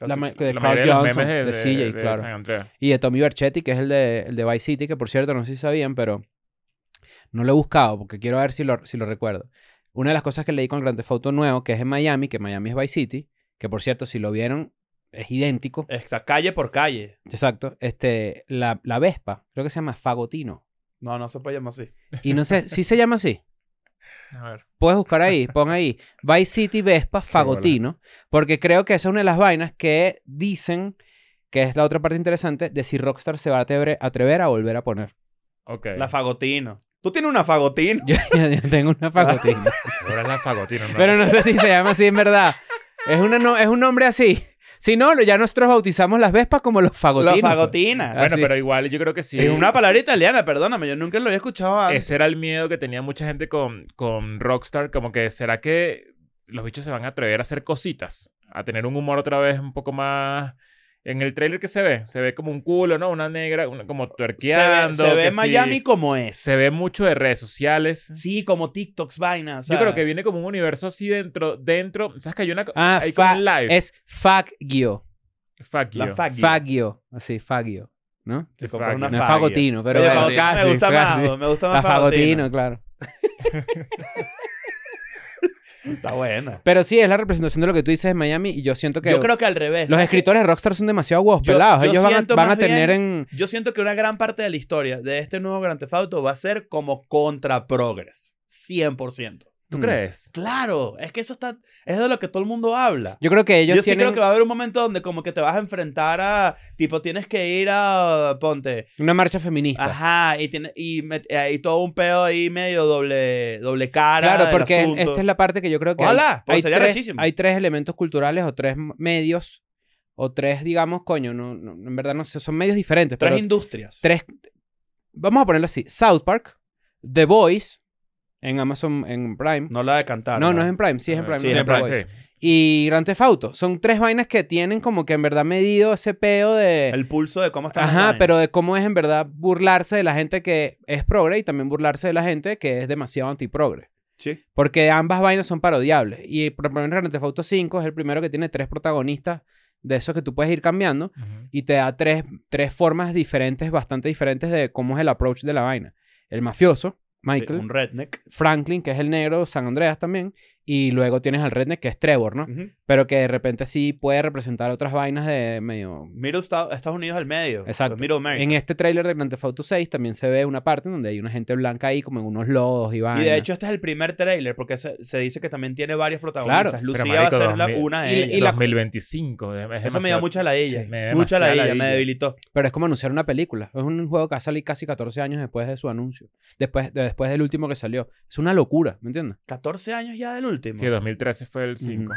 A: la ma- de Carl
C: la mayoría de los
A: Johnson,
C: memes
A: de
C: de, de-
A: CJ,
C: de
A: claro.
C: San Andreas.
A: Y de Tommy Berchetti, que es el de, el de Vice City, que por cierto, no sé si sabían, pero no lo he buscado porque quiero ver si lo, si lo recuerdo. Una de las cosas que leí con el Grand Theft Auto nuevo, que es en Miami, que Miami es Vice City, que por cierto, si lo vieron, es idéntico.
B: Está calle por calle.
A: Exacto. Este, la, la Vespa, creo que se llama Fagotino.
B: No, no se puede llamar así.
A: Y no sé, si se llama así.
D: A ver.
A: Puedes buscar ahí, pon ahí Vice City Vespa Fagotino, porque creo que esa es una de las vainas que dicen, que es la otra parte interesante, de si Rockstar se va a atrever, atrever a volver a poner.
C: Ok.
B: La fagotino. Tú tienes una fagotino.
A: Yo, yo- yo tengo una fagotina.
C: Ahora es la fagotina, ¿no?
A: Pero no sé si se llama así en verdad. Es, una no- es un nombre así. Si no, lo- ya nosotros bautizamos las Vespas como los fagotinos.
B: La
A: pues.
B: fagotina.
C: Bueno,
A: Así.
C: pero igual yo creo que sí.
B: Es una palabra italiana, perdóname. Yo nunca lo había escuchado antes.
C: Ese era el miedo que tenía mucha gente con, con Rockstar. Como que, ¿será que los bichos se van a atrever a hacer cositas? A tener un humor otra vez un poco más... En el trailer que se ve, se ve como un culo, ¿no? Una negra, una- como
B: Se ve,
C: tuerqueando.
B: se ve
C: que sí.
B: Miami como es.
C: Se ve mucho de redes sociales.
B: Sí, como TikToks, vainas. o sea,
C: Yo creo que viene como un universo así dentro, dentro. ¿Sabes que hay una...
A: Ah,
C: hay como
A: fa-
C: un live.
A: es Fagio.
C: Fuck
B: La
C: you.
B: faggy.
A: Fagio. Así, Fagio. ¿No?
B: Te compras una
A: No es
B: faggy.
A: fagotino, pero
B: Oye,
A: bueno,
B: fagotino
A: casi,
B: me gusta
A: casi.
B: más. Me gusta
A: La
B: más fagotino.
A: fagotino, claro.
B: Está buena.
A: Pero sí, es la representación de lo que tú dices de Miami y yo siento que,
B: Yo creo que al revés.
A: los escritores de Rockstar son demasiado huevos
B: Yo-
A: pelados.
B: yo
A: Ellos van a,
B: siento
A: van a
B: más
A: tener
B: bien-
A: en...
B: Yo siento que una gran parte de la historia de este nuevo Grand Theft Auto va a ser como contra Progress. 100%.
C: ¿Tú
A: Mm.
C: crees?
B: Claro, es que eso está. Es de lo que todo el mundo habla.
A: Yo creo que ellos
B: yo sí
A: tienen
B: creo que va a haber un momento donde como que te vas a enfrentar a. Tipo, tienes que ir a. Ponte.
A: una marcha feminista.
B: Ajá, y, tiene, y, met- eh, y todo un pedo ahí medio doble, doble cara.
A: Claro,
B: del
A: porque
B: asunto.
A: esta es la parte que yo creo que hay-
B: Ojalá, porque
A: hay,
B: sería
A: tres,
B: rechísimo.
A: hay tres elementos culturales o tres medios o tres, digamos, coño, no, no- en verdad no sé, son medios diferentes.
B: Tres
A: pero
B: industrias.
A: tres, vamos a ponerlo así, South Park, The Voice, en Amazon, en Prime. No,
B: No la de cantar.
A: no, es en Prime, sí es en Prime.
B: Sí,
A: no
B: es
A: sé,
B: en
A: The
B: Prime,
A: Boys.
C: sí.
A: Y Grand Theft Auto, son tres vainas que tienen como que en verdad medido ese peo de...
B: El pulso de cómo está.
A: Ajá, pero de cómo es en verdad burlarse de la gente que es progre y también burlarse de la gente que es demasiado antiprogre.
B: Sí.
A: Porque ambas vainas son parodiables. Y por ejemplo, en Grand Theft Auto 5 es el primero que tiene tres protagonistas de esos que tú puedes ir cambiando
C: Ujú.
A: y te da tres, tres formas diferentes, bastante diferentes de cómo es el approach de la vaina. El mafioso, Michael,
B: Un redneck.
A: Franklin, que es el negro, San Andreas también, y luego tienes al redneck, que es Trevor, ¿no?
B: Ujú.
A: Pero que de repente sí puede representar otras vainas de medio...
B: Middle Sta- Estados Unidos al medio.
A: Exacto.
B: Los Middle America.
A: En este tráiler de Grand Theft Auto 6 también se ve una parte donde hay una gente blanca ahí como en unos lodos y
B: Y
A: vainas.
B: de hecho este es el primer tráiler porque se, se dice que también tiene varios protagonistas.
A: Claro,
B: Lucía
C: pero, marico,
B: va a ser la-
C: 2000
B: una de
A: y-
B: ellas.
A: y la-
C: 2025. es
B: Eso me
C: demasiado-
B: dio mucha ladilla.
C: Sí, me dio
B: mucha
C: demasiada
B: ladilla, me
C: ladilla.
B: debilitó.
A: Pero es como anunciar una película. Es un juego que va a salir casi 14 años después de su anuncio. Después, de- después del último que salió. Es una locura, ¿me entiendes?
B: 14 años ya del último.
C: Sí, 2013 fue el 5.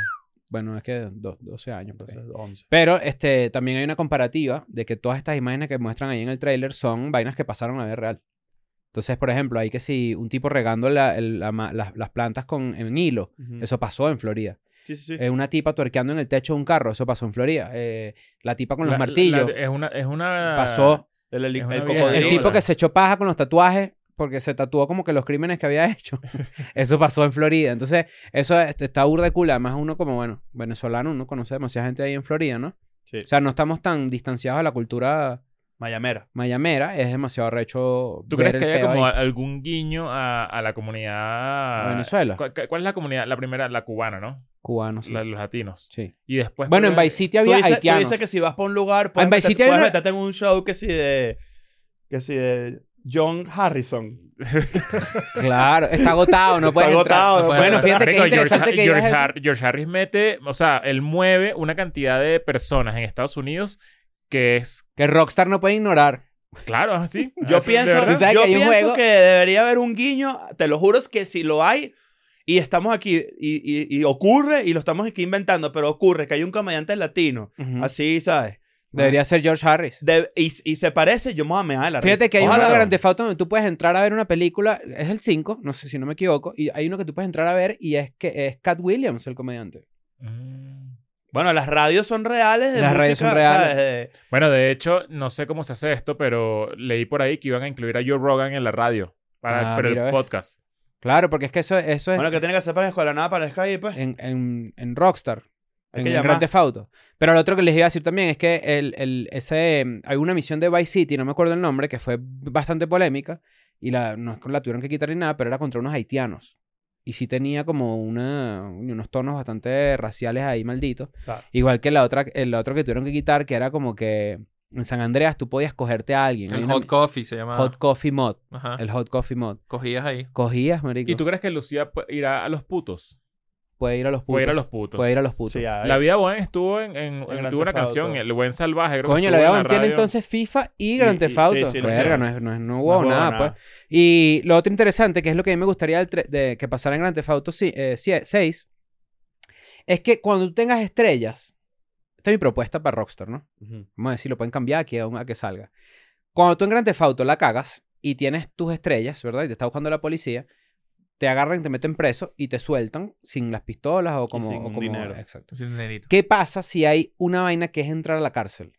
A: Bueno, es que do- 12 años. pues.
B: Entonces, 11.
A: Pero este, también hay una comparativa de que todas estas imágenes que muestran ahí en el tráiler son vainas que pasaron a la vida real. Entonces, por ejemplo, hay que si un tipo regando la- el- la ma- las, las plantas con, en hilo.
B: Ujú.
A: Eso pasó en Florida.
B: Sí, sí, sí.
A: Eh, una tipa tuerqueando en el techo de un carro. Eso pasó en Florida. Eh, la tipa con los
C: La-
A: martillos.
C: la- es una. Es una
A: pasó.
B: el heli-
C: es una
B: el
C: vieja.
B: cocodrilo.
A: El tipo que se echó paja con los tatuajes porque se tatuó como que los crímenes que había hecho. Eso pasó en Florida. Entonces, eso este, está burda de culo. Además, uno como, bueno, venezolano, uno conoce demasiada gente ahí en Florida, ¿no?
B: Sí.
A: O sea, no estamos tan distanciados de la cultura
B: Mayamera.
A: mayamera. Es demasiado recho
C: ¿Tú
A: ver
C: crees que
A: el
C: haya
A: peo
C: como
A: ahí.
C: a- algún guiño a, a la comunidad.
A: ¿A Venezuela?
C: ¿Cuál, cuál- cuál es la comunidad? La primera, la cubana, ¿no?
A: cubanos? sí.
C: La- los latinos.
A: Sí.
C: Y después.
A: Bueno, en
C: ¿cuál
A: Vice
C: es-
A: City
B: Tú
A: había
B: dices, tú
A: haitianos.
B: dices que si vas para un lugar,
A: Ah, en
B: puedes,
A: Vice City
B: meterte,
A: hay
B: puedes
A: una-
B: meterte en un show que si de... Que si de... John Harrison.
A: Claro, está agotado, no puedes entrar.
B: agotado, no
C: Bueno,
A: Bueno,
C: pero,
A: fíjate que
C: marico,
A: es interesante
C: George,
A: que digas
C: George
A: eso.
C: Har- George Harris mete, o sea, él mueve una cantidad de personas en Estados Unidos que es,
A: que Rockstar no puede ignorar.
C: claro, así.
B: Yo
C: así, de
B: pienso,
C: verdad.
A: ¿Tú sabes
B: yo
A: que hay un
B: pienso
A: juego?
B: que debería haber un guiño. Te lo juro es que si lo hay y estamos aquí y, y- y ocurre y lo estamos aquí inventando, pero ocurre que hay un comediante latino.
A: Ujú.
B: Así, ¿sabes?
A: Debería ser George Harris.
B: De- y, y se parece, yo me voy a mear de la
A: Fíjate
B: risa.
A: que hay
B: Ojalá.
A: uno de Grand Theft Auto donde tú puedes entrar a ver una película, es el 5, no sé si no me equivoco, y hay uno que tú puedes entrar a ver y es que es Cat Williams, el comediante.
C: Mm.
B: Bueno, las radios son reales. De
A: Las radios
B: música,
A: son reales.
B: ¿sabes? De-
C: Bueno, de hecho, no sé cómo se hace esto, pero leí por ahí que iban a incluir a Joe Rogan en la radio para
A: Ah,
C: pero
A: mira,
C: el
A: ves.
C: podcast.
A: Claro, porque es que eso, eso es
B: Bueno, que tiene que hacer para la escuela nada para Skype, pues.
A: en, en- en Rockstar,
B: Hay
A: en
B: que
A: en
B: llamar.
A: Grand Theft Auto. Pero lo otro que les iba a decir también es que el, el- ese, eh, hay una misión de Vice City, no me acuerdo el nombre, que fue bastante polémica y la, no es que la tuvieron que quitar ni nada, pero era contra unos haitianos. Y sí tenía como una, unos tonos bastante raciales ahí malditos.
B: Claro.
A: Igual que la otra, el otro que tuvieron que quitar, que era como que en San Andreas tú podías cogerte a alguien. Hay
D: El
A: una-
D: hot coffee se llama.
A: Hot Coffee Mod.
D: Ajá.
A: El Hot Coffee Mod.
D: Cogías ahí.
A: Cogías, marico.
C: ¿Y tú crees que Lucía pu- irá a los putos?
A: Puede ir a los putos.
C: Puede ir a los putos.
A: Puede ir a los putos.
B: Sí, ya, eh.
C: La vida buena estuvo en, en- en-
B: Grand
C: tuvo
B: Theft
C: una
B: Auto.
C: canción, El Buen Salvaje, creo
A: Coño,
C: que
A: la
C: estuvo en
A: verdad tiene
C: radio.
A: entonces FIFA y Grand
B: y-
A: Theft
B: sí,
A: Auto.
B: sí, lo
A: Verga,
B: entiendo.
A: no es, no es, no
B: No
A: hubo
B: hubo
A: nada,
B: nada.
A: pues. Y lo otro interesante, que es lo que a mí me gustaría del tre- de, que pasara en Grand Theft Auto 6, es que cuando tú tengas estrellas, esta es mi propuesta para Rockstar, ¿no?
B: Ujú.
A: Vamos a decir, lo pueden cambiar aquí a, un- a que salga. Cuando tú en Grand Theft Auto la cagas y tienes tus estrellas, ¿verdad? Y te está buscando la policía, te agarran, te meten preso y te sueltan sin las pistolas o como...
B: sin
A: o como-
B: dinero.
A: Exacto.
D: Sin dinerito.
A: ¿Qué pasa si hay una vaina que es entrar a la cárcel?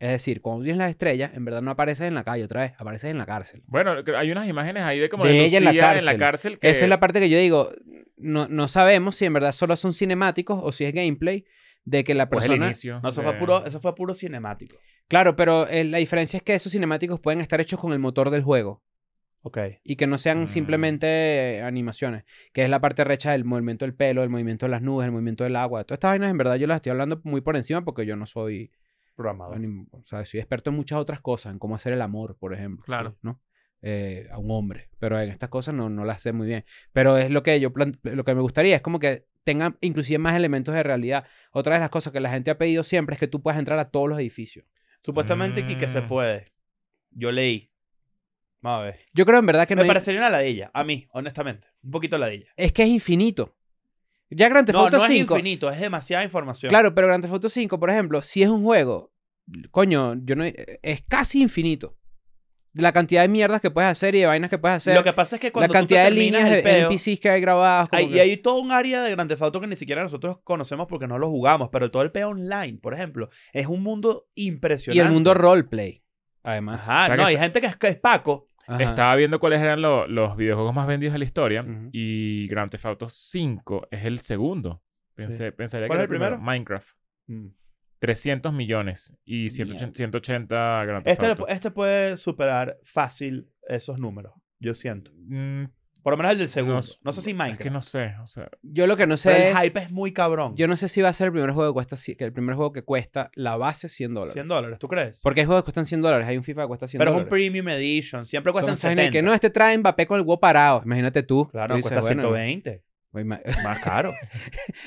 A: Es decir, cuando tienes las estrellas, en verdad no apareces en la calle otra vez, apareces en la cárcel.
C: Bueno, creo- hay unas imágenes ahí de como
A: De
C: de,
A: ella en la
C: Lucía en la cárcel.
A: cárcel.
C: que-
A: Esa es la parte que yo digo, no, no sabemos si en verdad solo son cinemáticos o si es gameplay de que la
C: o es el
A: persona...
C: pues, inicio.
B: No, eso
C: de-
A: Eh.
B: fue puro, eso fue puro cinemático.
A: claro, pero eh, la diferencia es que esos cinemáticos pueden estar hechos con el motor del juego.
B: Ok.
A: y que no sean
C: Mm.
A: simplemente eh, animaciones, que es la parte recha del movimiento del pelo, el movimiento de las nubes, el movimiento del agua. Todas estas vainas en verdad yo las estoy hablando muy por encima porque yo no soy,
B: Programador.
A: anim- o sea, soy experto en muchas otras cosas, en cómo hacer el amor, por ejemplo.
D: Claro.
A: ¿no? Eh, a un hombre, pero en estas cosas no, no las sé muy bien. Pero es lo que yo plan- lo que me gustaría, es como que tengan inclusive más elementos de realidad. Otra de las cosas que la gente ha pedido siempre es que tú puedas entrar a todos los edificios.
B: Supuestamente, Kike, se
C: Mm.
B: puede. Yo leí. Vamos a ver.
A: Yo creo en verdad que no
B: Me
A: hay-
B: parecería una ladilla, a mí, honestamente. Un poquito ladilla.
A: es que es infinito. Ya Grand Theft
B: No,
A: Auto
B: no es
A: 5
B: infinito, es demasiada información.
A: Claro, pero Grand Theft Auto 5, por ejemplo, si es un juego, coño, yo no es casi infinito. La cantidad de mierdas que puedes hacer y de vainas que puedes hacer.
B: Lo que pasa es que
A: la
B: cuando
A: cantidad
B: tú te
A: de
B: terminas
A: líneas de
B: el peo,
A: NPCs que hay grabadas. como
B: hay,
A: que-
B: y hay todo un área de Grand Theft Auto que ni siquiera nosotros conocemos porque no lo jugamos, pero todo el peo online, por ejemplo, es un mundo
A: y
B: impresionante.
A: el mundo roleplay, además.
B: Ajá,
C: O sea,
B: no,
C: que
B: hay gente que es, que es Paco.
A: Ajá.
C: Estaba viendo cuáles eran lo- los videojuegos más vendidos de la historia
A: Ujú.
C: y Grand Theft Auto 5 es el segundo. Pensé, Pensaría
B: ¿Cuál
C: que
B: es
C: era
B: el primero?
C: Minecraft.
A: Mm,
C: 300 millones y 180, 180 Grand Theft
B: Este, le pu-
C: Auto.
B: este puede superar fácil esos números, yo siento.
C: Mm,
B: Por lo menos el del segundo. No,
C: s-
B: sé si
C: Es que
B: Minecraft.
C: no sé. O sea,
A: Yo lo que no sé
B: pero el
A: es-
B: hype es muy cabrón.
A: Yo no sé si va a ser el primer juego que cuesta, ci- que el primer juego que cuesta la base 100 dólares.
B: 100 dólares, ¿tú crees?
A: Porque hay juegos que cuestan 100 dólares. Hay un FIFA que cuesta 100
B: pero es un
A: dólares.
B: premium edition, siempre
A: Son
B: cuestan
A: esas vainas
B: 70.
A: que no, este trae Mbappé con el huevo parado. Imagínate tú.
B: Claro,
A: Tú
B: no,
A: dices,
B: cuesta
A: bueno,
B: 120.
A: voy ma-
B: Más caro.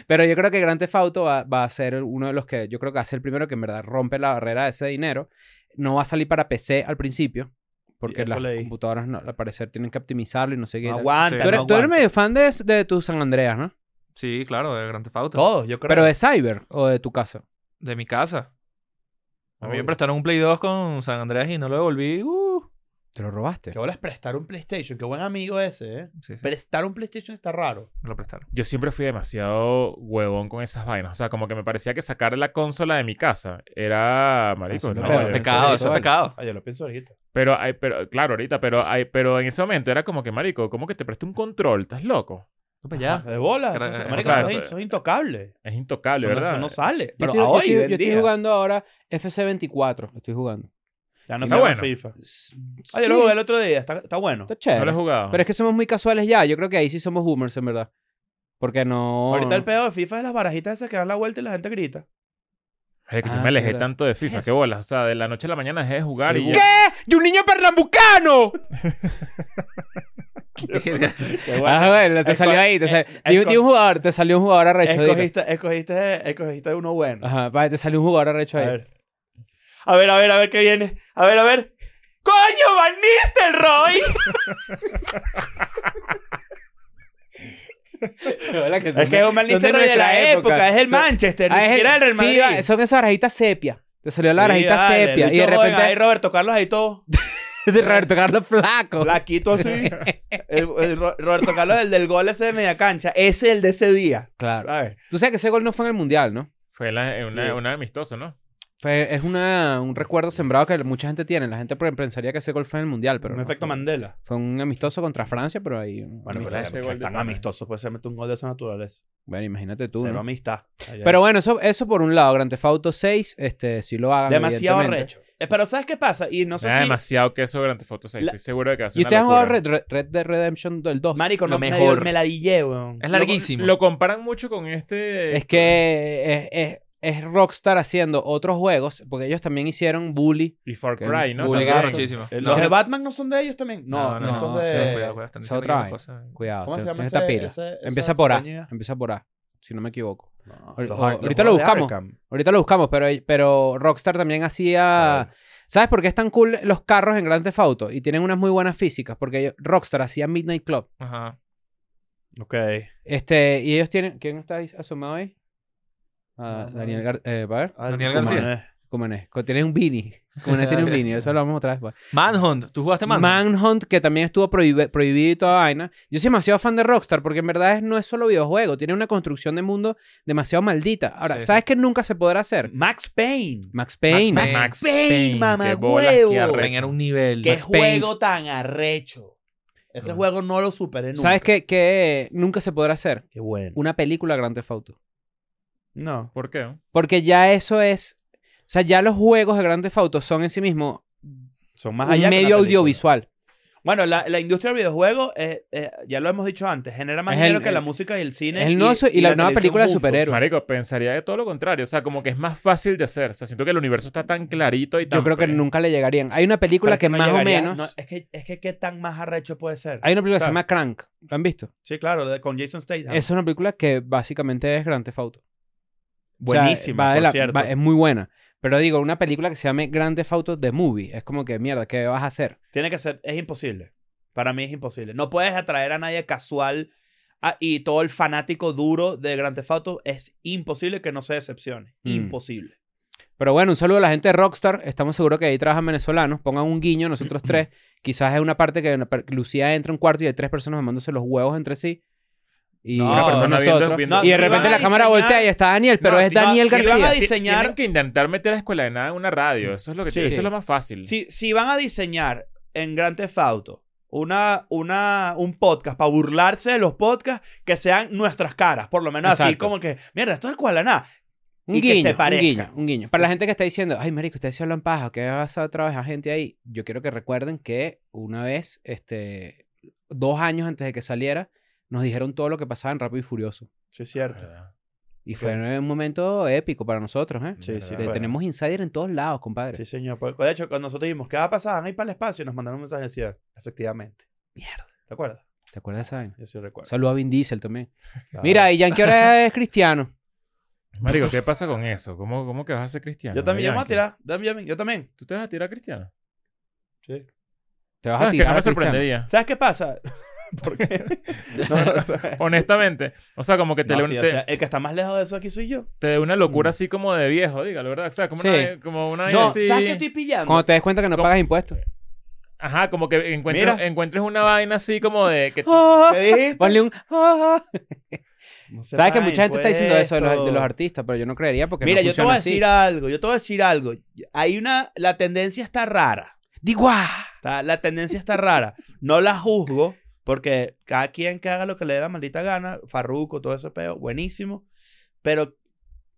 A: Pero yo creo que Grand Theft Auto va, va a ser uno de los que, yo creo que va a ser el primero que en verdad rompe la barrera de ese dinero. No va a salir para PC al principio, porque
B: Eso
A: las
B: leí.
A: computadoras, no, al parecer, tienen que optimizarlo y no sé qué. y
B: No
A: tal.
B: aguanta,
D: Sí.
A: tú, eres,
B: no
A: tú eres
B: aguanta.
A: medio fan de, de tu San Andreas, ¿no?
D: Sí, claro, de Grand Theft Auto.
B: Todos, yo creo.
A: Pero de Cyber o de tu casa.
D: De mi casa. A mí me
B: Obvio.
D: prestaron un Play 2 con San Andrés y no lo devolví. Uh.
A: Te lo robaste.
B: Que bolas prestar un PlayStation. Qué buen amigo ese, ¿eh?
D: Sí, sí,
B: Prestar un PlayStation está raro.
D: me lo prestaron.
C: yo siempre fui demasiado huevón con esas vainas. O sea, como que me parecía que sacar la consola de mi casa era. Marico,
A: Eso no
C: no,
A: es
C: yo no
A: pecado,
C: sabía
D: Pecado,
A: eso
D: eso
C: eso.
D: es
A: vale.
D: pecado.
B: Ay, Ah, yo lo pienso ahorita.
C: Pero, hay, pero, claro, ahorita, pero, hay, pero en ese momento era como que, marico, ¿cómo que te preste un control? ¿Estás loco?
D: No, pues
A: Ah,
D: ya.
B: De bolas.
D: Pero,
B: eso-
D: eh,
B: marico,
C: o sea,
B: sos,
C: eso-
B: sos intocable.
C: Es intocable,
B: Eso no-
C: ¿verdad?
B: eso no sale. Pero
A: yo estoy,
B: a
A: yo
B: hoy,
A: estoy-
B: en
A: yo estoy
B: día,
A: jugando ahora FC24. lo Estoy jugando.
B: Ya no
C: Está
B: se llama
C: bueno.
B: FIFA.
A: S-
B: Ah, yo lo
A: sí,
B: jugué el otro día. Está, está bueno.
A: Está
C: No
A: chévere.
C: lo he jugado.
A: Pero es que somos muy casuales ya. Yo creo que ahí sí somos boomers, en verdad. Porque no...
B: Ahorita el pedo de FIFA es las barajitas esas que dan la vuelta y la gente grita.
C: Marico,
A: Ah,
C: yo me
A: sí,
C: alejé
A: verdad.
C: tanto de FIFA, qué
B: Eso.
C: bolas. O sea, de la noche a la mañana dejé de jugar y
A: ¿Qué?
C: ya.
A: ¡Y un niño pernambucano!
B: Qué bueno.
A: Ah, bueno, te
B: Esco-
A: salió ahí. Te
B: eh,
A: salió,
B: esco-
A: di, di un jugador, te salió un jugador arrecho. dilo.
B: escogiste, escogiste, escogiste uno bueno.
A: Ajá, vale, te salió un jugador arrecho
B: A
A: ahí.
B: ver. A ver, a ver, a ver qué viene. A ver, a ver. ¡Coño, Van Nistelrooy!
A: que
B: es que es un Van Nistelrooy de la época. ah, Es el Manchester, ni siquiera el Real Madrid.
A: Ah, Sí, va, son esas barajitas sepia. Te salió la
B: Sí,
A: barajita
B: dale, el
A: sepia. Y
B: bicho
A: de
B: joven, Ahí
A: repente
B: Roberto Carlos, ahí todo.
A: de Roberto Carlos flaco.
B: Flaquito así. El, el Ro- Roberto Carlos, el del gol ese de media cancha. Ese es el de ese día.
A: Claro.
B: ¿Sabes?
A: Tú sabes que ese gol no fue en el mundial, ¿no?
C: Fue en la- en una,
B: Sí.
C: una amistosa, ¿no?
A: Fue, es una, un recuerdo sembrado que mucha gente tiene. La gente pensaría que ese gol fue en el mundial, pero.
B: un
A: no
B: efecto
A: fue.
B: Mandela.
A: Fue un amistoso contra Francia, pero ahí. un
B: Bueno, pero
A: amistoso.
C: Mira ese
B: ese
C: gol de
B: tan
C: Tana.
B: amistoso puede ser meter un gol de esa naturaleza.
A: Bueno, imagínate tú.
B: Cero
A: ¿no?
B: amistad. Ahí, ahí.
A: Pero bueno, eso, eso por un lado, Grand Theft Auto 6, este, si lo hagan.
B: demasiado
A: evidentemente.
B: recho. Eh, pero ¿sabes qué pasa? Y no sé
C: Me da
B: si...
C: demasiado queso durante Foto 6.
B: La-
C: Estoy seguro de que hace
A: ¿Y ustedes han jugado
C: locura.
A: Red, Red, Red Dead Redemption del 2?
B: Marico,
D: Lo
B: no, me dio-
D: mejor.
B: Me la dillé, weón.
D: Es
C: Lo-
D: larguísimo.
C: Lo, comparan mucho con este.
A: es que es, es- es Rockstar haciendo otros juegos, porque ellos también hicieron Bully.
C: Y Far
A: que
C: Cry, ¿no?
A: vulgar,
C: También.
A: chis-
D: muchísimo.
B: Eh,
A: No,
B: ¿Los de
A: no.
B: Batman no son de ellos también? No,
A: no,
B: esos
A: no,
B: de...
A: sí,
D: cuidado, cuidado, están
A: esa
D: diciendo
A: otra
D: que
A: vaina.
D: cosas-
A: Cuidado,
B: ¿Cómo
A: te-
B: se llama
A: tienes esta
B: ese-
A: pila.
B: ese- esa
A: Empieza por A.
B: compañía?
A: Empieza por A, si no me equivoco.
B: No,
A: Ahorita-
B: los Ar- los
A: ahorita lo
B: juegos de
A: buscamos.
B: Arkham.
A: Ahorita lo buscamos, pero, pero Rockstar también hacía... ¿Sabes por qué es tan cool los carros en Grand Theft Auto? Y tienen unas muy buenas físicas, porque ellos- Rockstar hacía Midnight Club.
D: Ajá.
B: Ok.
A: Este, y ellos tienen... ¿Quién está ahí asomado ahí? Ah,
B: No, no.
A: Daniel Gar eh, va a ver.
B: Ah,
D: Daniel
B: Kuman,
D: García.
B: eh.
A: Cumané. Co- Tiene un Vini. Cumané tiene un Vini. Eso lo vamos otra vez. pues.
D: Manhunt. ¿Tú jugaste Manhunt?
A: Manhunt, que también estuvo prohibi- prohibido y toda vaina. Yo soy demasiado fan de Rockstar porque en verdad es- no es solo videojuego, tiene una construcción de mundo demasiado maldita. Ahora,
D: Sí,
A: ¿sabes qué nunca se podrá hacer?
B: Max Payne.
A: Max Payne.
D: Max Payne.
C: Max
B: Payne,
C: Payne,
B: mamá
C: qué bolas, qué
B: huevo.
C: arrecho.
D: Ven, era un nivel.
B: Qué
A: Max Payne. Ah.
B: juego tan arrecho. Ese
D: Ajá.
B: juego no lo superé nunca.
A: ¿Sabes qué, qué nunca se podrá hacer?
B: Qué bueno.
A: Una película Grand Theft Auto.
B: No.
C: ¿Por qué?
A: Porque ya eso es... O sea, ya los juegos de Grand Theft Auto son en sí mismo
B: Son más
A: un
B: allá que una
A: medio
B: película.
A: audiovisual.
B: Bueno, la, la industria del videojuego, eh, eh, ya lo hemos dicho antes, genera más
A: Es el-
B: dinero que
A: el-
B: la música y el cine.
A: es el nuevo su- y la nueva
B: televisión
A: película de
B: juntos.
A: superhéroes.
C: Marico, pensaría de todo lo contrario. O sea, como que es más fácil de hacer. O sea, siento que el universo está tan clarito y tan.
A: Yo creo que
C: pre-
A: nunca le llegarían. Hay una película
B: Pero
A: que
B: no
A: más
B: llegaría-
A: o menos.
B: no, es, que, es que qué tan más arrecho puede ser.
A: Hay una película que se
B: Claro.
A: llama Crank. ¿Lo han visto?
B: Sí, claro, de- con Jason Statham.
A: Esa es una película que básicamente es Grand Theft Auto. O sea,
B: Buenísima,
A: va de
B: por
A: la-
B: cierto.
A: va- eh, es muy buena. Pero digo, una película que se llame Grand Theft Auto The Movie. Es como que, mierda, ¿qué vas a hacer?
B: Tiene que ser, es imposible. Para mí es imposible. No puedes atraer a nadie casual a- y todo el fanático duro de Grand Theft Auto es imposible que no se decepcione.
A: Mm.
B: Imposible.
A: Pero bueno, un saludo a la gente de Rockstar. Estamos seguros que ahí trabajan venezolanos. Pongan un guiño, nosotros tres. Quizás es una parte que una per- Lucía entra a un cuarto y hay tres personas mamándose los huevos entre sí. Y
B: No,
C: Una persona viendo-
A: nosotros.
C: viendo-
A: Y de
B: Si van
A: repente
B: a
A: la cámara
B: diseñar-
A: voltea y está Daniel, pero
B: No,
A: es
B: si van-
A: Daniel
B: si van a
A: García.
B: di- diseñar-
C: Tienen que intentar meter a la escuela de nada en una radio. Eso es lo que
A: Sí.
C: eso es lo más fácil.
B: Si, si van a diseñar en Grand Theft Auto una, una, un podcast para burlarse de los podcasts, que sean nuestras caras, por lo menos así
A: Exacto.
B: como que, mierda, esto es cual a nada.
A: Un
B: y que se
A: guiño, un
B: parezca.
A: guiño, un guiño. Para la gente que está diciendo, ay, marico, ustedes se hablan paja, que vas a trabajar gente ahí. Yo quiero que recuerden que una vez, este, dos años antes de que saliera, nos dijeron todo lo que pasaba en Rápido y Furioso.
B: Sí, es cierto.
C: ¿Verdad?
A: Y
B: Ok.
A: fue un momento épico para nosotros, ¿eh?
B: Sí, sí,
A: Te-
B: fue.
A: tenemos insider en todos lados, compadre.
B: Sí, señor. Porque, De hecho, cuando nosotros dijimos, ¿qué va a pasar? Van a ir para el espacio y nos mandaron un mensaje y decía, efectivamente.
A: Mierda.
B: ¿Te acuerdas?
A: ¿Te acuerdas de esa?
B: Yo sí recuerdo.
A: Saludos a Vin Diesel también.
B: Claro.
A: Mira, y Yankee ahora es cristiano.
C: Marico, ¿qué pasa con eso? ¿Cómo, cómo que vas a ser cristiano?
B: Yo también, yo me voy a
C: Yankee?
B: tirar. Dame- Yo también.
C: ¿Tú te vas a tirar cristiano?
B: Sí.
A: Te vas a
C: ¿Sabes que
A: tirar.
C: no
A: a Cristiano.
C: me sorprendería?
B: ¿Sabes qué pasa? Porque. no, o sea,
C: Honestamente. O sea, como que te,
B: no,
C: le-
B: sí, o
C: te-
B: sea, el que está más lejos de eso aquí soy yo.
C: te dé una locura
B: Mm.
C: así como de viejo, dígalo, ¿verdad? O sea, como
A: Sí.
C: una, como una
A: No,
C: así-
B: ¿Sabes qué estoy pillando?
A: Cuando te des cuenta que no
C: ¿Cómo?
A: pagas impuestos.
C: Ajá, como que encuentres,
B: Mira.
C: encuentres una vaina así como de que
A: Oh,
B: ¿Qué dijiste?
A: Ponle un...
B: No se
A: Sabes que
B: paguen
A: mucha gente está diciendo eso de los, de los
B: impuestos.
A: artistas, pero yo no creería porque
B: Mira,
A: no
B: yo te voy
A: funciona
B: a
A: así.
B: decir algo, yo te voy a decir algo. Hay una, la tendencia está rara.
A: ¡Digua!
B: está- la tendencia está rara. No la juzgo porque cada quien que haga lo que le dé la maldita gana, Farruco, todo ese peo, buenísimo. Pero,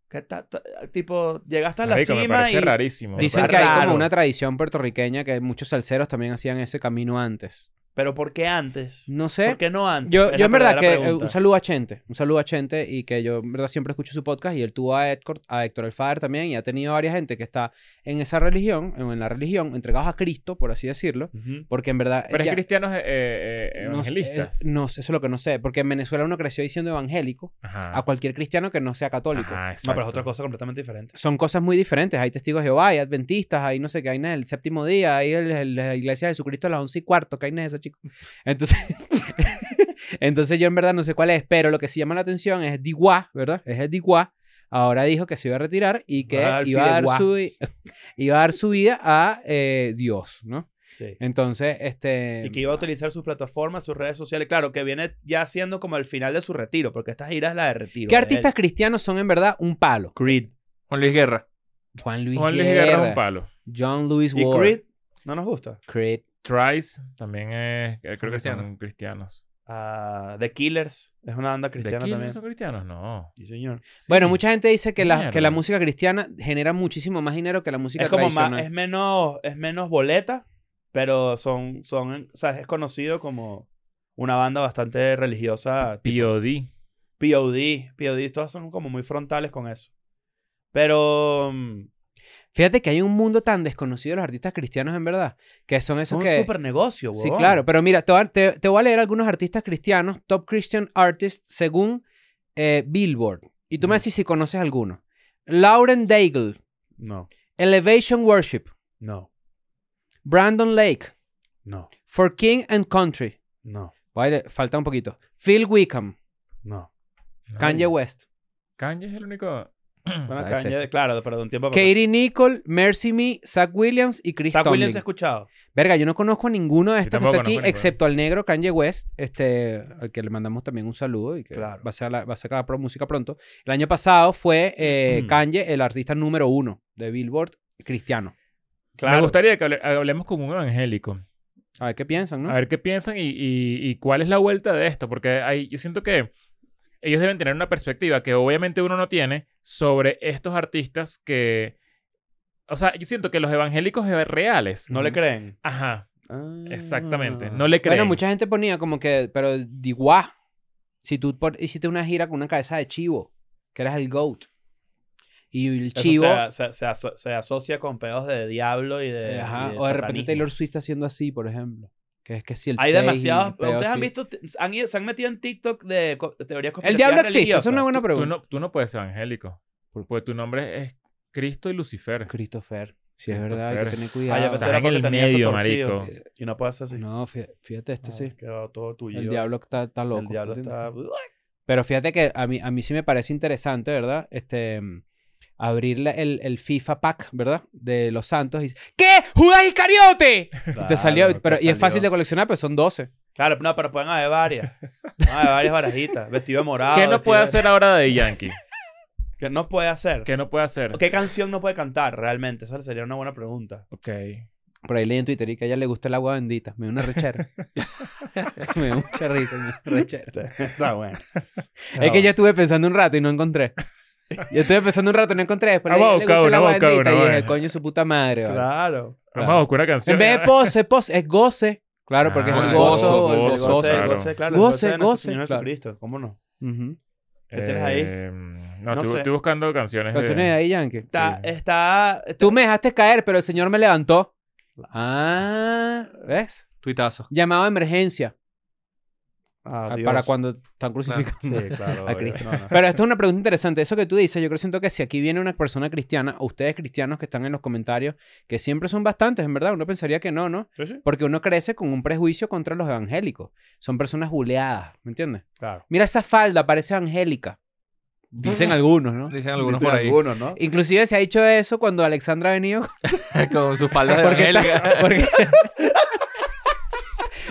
B: ¿qué ta- ta- tipo, llegaste a la
C: Marico, me
B: cima
C: parece
B: y...
C: rarísimo. me
A: Dicen que
C: parece
A: hay
B: raro.
A: como una tradición puertorriqueña que muchos salseros también hacían ese camino antes.
B: Pero ¿por qué antes?
A: No
B: ¿Por
A: sé.
B: qué no antes?
A: Yo,
B: Es
A: yo
B: la
A: en verdad que
B: verdadera
A: eh,
B: pregunta.
A: un saludo a Chente, un saludo a Chente y que yo en verdad siempre escucho su podcast y él tuvo a Héctor, a Héctor Alfader también y ha tenido varias gente que está en esa religión, o en la religión, entregados a Cristo, por así decirlo,
B: Ujú.
A: porque en verdad...
C: Pero es
A: ya-
C: cristianos eh, eh, eh,
A: no sé,
C: evangelistas.
A: eh, no sé, eso es lo que no sé, porque en Venezuela uno creció diciendo evangélico
C: Ajá.
A: a cualquier cristiano que no sea católico.
C: Ajá,
B: No, pero es otra
C: exacto.
B: cosa completamente diferente.
A: son cosas muy diferentes. Hay testigos de Jehová, hay adventistas, hay no sé qué, hay nada del séptimo día, hay el- el- la iglesia de Jesucristo a las once y cuarto, que hay nada de eso, chicos. Entonces, entonces yo en verdad no sé cuál es, pero lo que sí llama la atención es Diguá, ¿verdad? Es el Diguá. Ahora dijo que se iba a retirar y que
B: Va a dar
A: iba a dar,
B: fideuá.
A: su, vi- iba a dar su vida a eh, Dios, ¿no?
B: Sí.
A: Entonces, este...
B: Y que iba a utilizar sus plataformas, sus redes sociales. Claro, que viene ya siendo como el final de su retiro, porque esta gira es la de retiro.
A: ¿Qué
B: de él.
A: artistas cristianos son en verdad un palo?
B: Creed.
D: Juan Luis Guerra.
A: Juan Luis,
C: Juan Luis
A: Guerra,
C: Guerra es un palo.
A: John Lewis
B: ¿Y
A: Ward.
B: Creed? ¿No nos gusta?
A: Creed.
C: Trice también es, eh, creo que son
D: cristianos.
C: cristianos.
B: Ah, The Killers. Es una banda
C: ¿De
B: cristiana
C: Kilmer
B: también.
C: son cristianos? No.
B: Sí, señor.
C: Sí.
A: Bueno, mucha gente dice que la,
C: Mierda.
A: que la música cristiana genera muchísimo más dinero que la música
B: Es como más,
A: tradicional.
B: es menos, es menos boleta, pero son, son, o sea, es conocido como una banda bastante religiosa.
C: P.O.D.
B: POD, POD, todos son como muy frontales con eso. Pero mm,
A: Fíjate que hay un mundo tan desconocido de los artistas cristianos, en verdad, que son
B: es
A: esos
B: un
A: que...
B: super negocio,
A: Sí, claro. Pero mira, te, va- te- te voy a leer algunos artistas cristianos, top Christian artists, según eh, Billboard. Y tú me
B: Ujú.
A: decís si conoces alguno. Lauren Daigle,
B: No,
A: Elevation Worship,
B: no,
A: Brandon Lake,
B: no,
A: For King and Country.
B: no,
A: Vale, falta un poquito. Phil Wickham,
B: no.
A: Kanye West,
C: Kanye es el único. Mm,
B: Bueno,
A: Ah, es
B: Kanye, claro, pero de un tiempo. para acá.
A: Katie Nicole, Mercy Me, Zach Williams y Chris
B: Zach Williams he
A: Tomlin.
B: escuchado.
A: Verga, yo no conozco a ninguno de
C: Yo
A: estos que
C: tampoco
A: está aquí,
C: conozco a ninguno.
A: excepto al negro Kanye West, este, al que le mandamos también un saludo y que
B: Claro.
A: va, a ser la- va a sacar pro- música pronto. El año pasado fue eh,
C: Mm.
A: Kanye el artista número uno de Billboard cristiano.
B: Claro.
C: Me gustaría que hable- hablemos con un evangélico.
A: A ver qué piensan, ¿no?
C: A ver qué piensan y, y- y cuál es la vuelta de esto. Porque hay, yo siento que ellos deben tener una perspectiva que obviamente uno no tiene sobre estos artistas que. O sea, yo siento que los evangélicos reales.
A: Mm.
B: No le creen.
C: Ajá.
A: Ah.
B: Mm.
C: Exactamente. No le creen.
A: Bueno, mucha gente ponía como que, pero Diguá, si tú por- hiciste una gira con una cabeza de chivo, que eras el GOAT. Y el
B: Eso
A: chivo,
B: Se, se- se aso- se asocia con pedos de diablo y de.
A: eh, ajá,
B: y
A: o de repente
B: satanismo.
A: Taylor Swift haciendo así, por ejemplo. Que es que si el
B: Hay
A: seis y
B: demasiados.
A: pedo
B: Ustedes han
A: así.
B: visto. Han ido- se han metido en TikTok de co- teorías
A: El
B: conspirativas
A: diablo existe, esa es
B: religiosas?
A: una buena
C: tú,
A: pregunta.
C: no, tú no puedes ser evangélico. Porque tu nombre es Cristo y Lucifer.
A: Christopher, si es verdad, hay que
C: Christopher.
A: tener
B: Ah, yo
A: cuidado.
B: pensé
C: Estás
B: era
C: en
B: porque
C: el
B: tenía esto
C: medio,
B: torcido.
C: marico.
B: Y no puede ser así.
A: No, fí- fíjate, este
B: Ah,
A: sí.
B: Quedó todo tuyo.
A: El diablo está, está loco.
B: El diablo
A: ¿entiendes?
B: está.
A: Pero fíjate que a mí, a mí sí me parece interesante, ¿verdad? Este, mm, abrir la- el, el FIFA pack, ¿verdad? De los santos y... ¿Qué? ¡Judas Iscariote! te
B: Claro,
A: salió,
B: te
A: pero, y es fácil de
B: salió.
A: coleccionar, pero son 12.
B: Claro, no, pero pueden haber varias. Pueden haber varias barajitas. Vestido de morado.
A: Ah,
C: ¿Qué no
B: vestido
C: puede
B: de-
C: hacer ahora de Yankee?
B: ¿Qué no puede hacer?
C: ¿Qué no puede hacer?
B: ¿Qué canción no puede cantar realmente? Esa sería una buena pregunta.
C: Ok.
A: Por ahí leí en Twitter y que a ella le gusta el agua bendita. Me dio una rechera. me dio mucha risa, me dio una rechera.
B: Está bueno.
A: Es
C: Ah,
A: que yo estuve pensando un rato y no encontré. Yo estuve pensando un rato y no encontré. Después le,
C: Vamos Ah, a
A: le
C: buscar
A: gusta el
C: una,
A: agua
C: vamos a buscar
A: bendita
C: una,
A: y dije,
C: bueno.
A: coño, su puta madre. vale".
B: Claro.
C: Vamos a buscar una
A: En
C: canción.
A: vez de pose, pose, es goce. Claro, porque es
C: Ah,
A: el gozo.
C: gozo,
A: el
B: El
C: gozo,
A: gozo.
B: goce, el
C: claro.
B: goce, claro.
A: Goce,
B: el de nuestro
A: goce,
B: Señor
A: claro.
B: Jesucristo. ¿Cómo no?
A: Ujú.
B: ¿Qué tienes ahí?
C: Eh,
B: No
C: no, estoy,
B: sé.
C: estoy buscando canciones. de-
A: Canciones de ahí, Yankee.
B: Está,
C: Sí.
B: está, está-
A: Tú me dejaste caer, pero el señor me levantó. Ah, ¿ves?
D: Tuitazo.
A: Llamado de emergencia
B: Ah,
A: ah,
B: Dios.
A: para cuando están crucificados.
B: Sí, claro.
A: A
B: obvio.
A: Cristo.
B: No, no.
A: Pero esto es una pregunta interesante. Eso que tú dices, yo creo siento que si aquí viene una persona cristiana, o ustedes cristianos que están en los comentarios, que siempre son bastantes, en verdad, uno pensaría que no, ¿no?
B: Sí, sí.
A: Porque uno crece con un prejuicio contra los evangélicos. Son personas buleadas, ¿me entiendes?
B: Claro.
A: Mira esa falda, parece evangélica. Dicen algunos, ¿no?
D: Dicen algunos
B: Dicen
D: por ahí.
B: algunos, ¿no?
A: Inclusive se ha dicho eso cuando Alexandra ha venido
D: Con sus faldas de
A: Porque está-
D: evangélica.
A: Porque,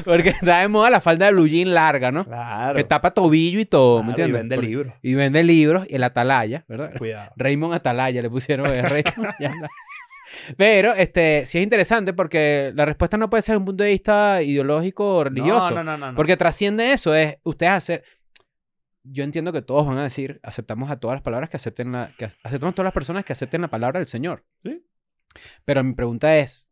A: porque está de moda la falda de blue jean larga, ¿no?
B: Claro.
A: Que tapa tobillo y todo, ¿me
B: Claro,
A: entiendes?
B: Y vende
A: Porque-
B: libros.
A: y vende libros y el atalaya, ¿verdad?
B: Cuidado.
A: Raymond Atalaya le pusieron eh, Raymond, ya la- Pero este sí es interesante porque la respuesta no puede ser un punto de vista ideológico o religioso.
B: No, no, no, no, no.
A: Porque trasciende eso, es ustedes hacer yo entiendo que todos van a decir, aceptamos a todas las palabras que acepten la que ac- aceptamos todas las personas que acepten la palabra del Señor.
B: Sí.
A: Pero mi pregunta es,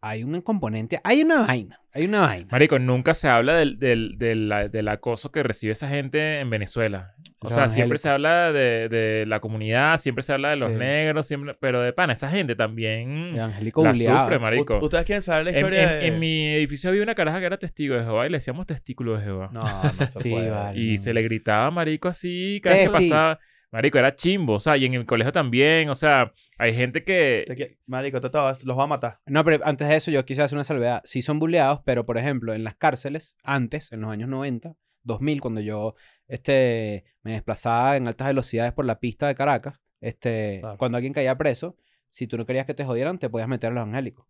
A: hay un componente, hay una vaina, hay una vaina.
C: Marico, nunca se habla del, del, del, del acoso que recibe esa gente en Venezuela. O
A: Los
C: sea, siempre
A: evangélicos.
C: se habla de, de la comunidad, siempre se habla de los
A: Sí.
C: negros, siempre, pero de pana, esa gente también
A: Evangélico
C: la
A: buleado.
C: sufre, marico.
B: Ut- ¿Ustedes quieren saber la
C: en,
B: historia
C: en-
B: de...?
C: en mi edificio había una caraja que era testigo de Jehová y le decíamos testículo de Jehová.
B: No, no se
A: Sí,
B: puede.
A: vale.
C: Y
A: no.
C: se le gritaba marico así cada vez que
A: Testi.
C: pasaba. Marico, era chimbo, o sea, y en el colegio también, o sea, hay gente
B: Te
C: que...
B: qui- Marico, te- te- los va a matar.
A: No, pero antes de eso yo quise hacer una salvedad. Sí son buleados, pero por ejemplo, en las cárceles, antes, en los años 90, 2000, cuando yo este, me desplazaba en altas velocidades por la pista de Caracas, este,
B: Claro.
A: cuando alguien caía preso, si tú no querías que te jodieran, te podías meter a los evangélicos.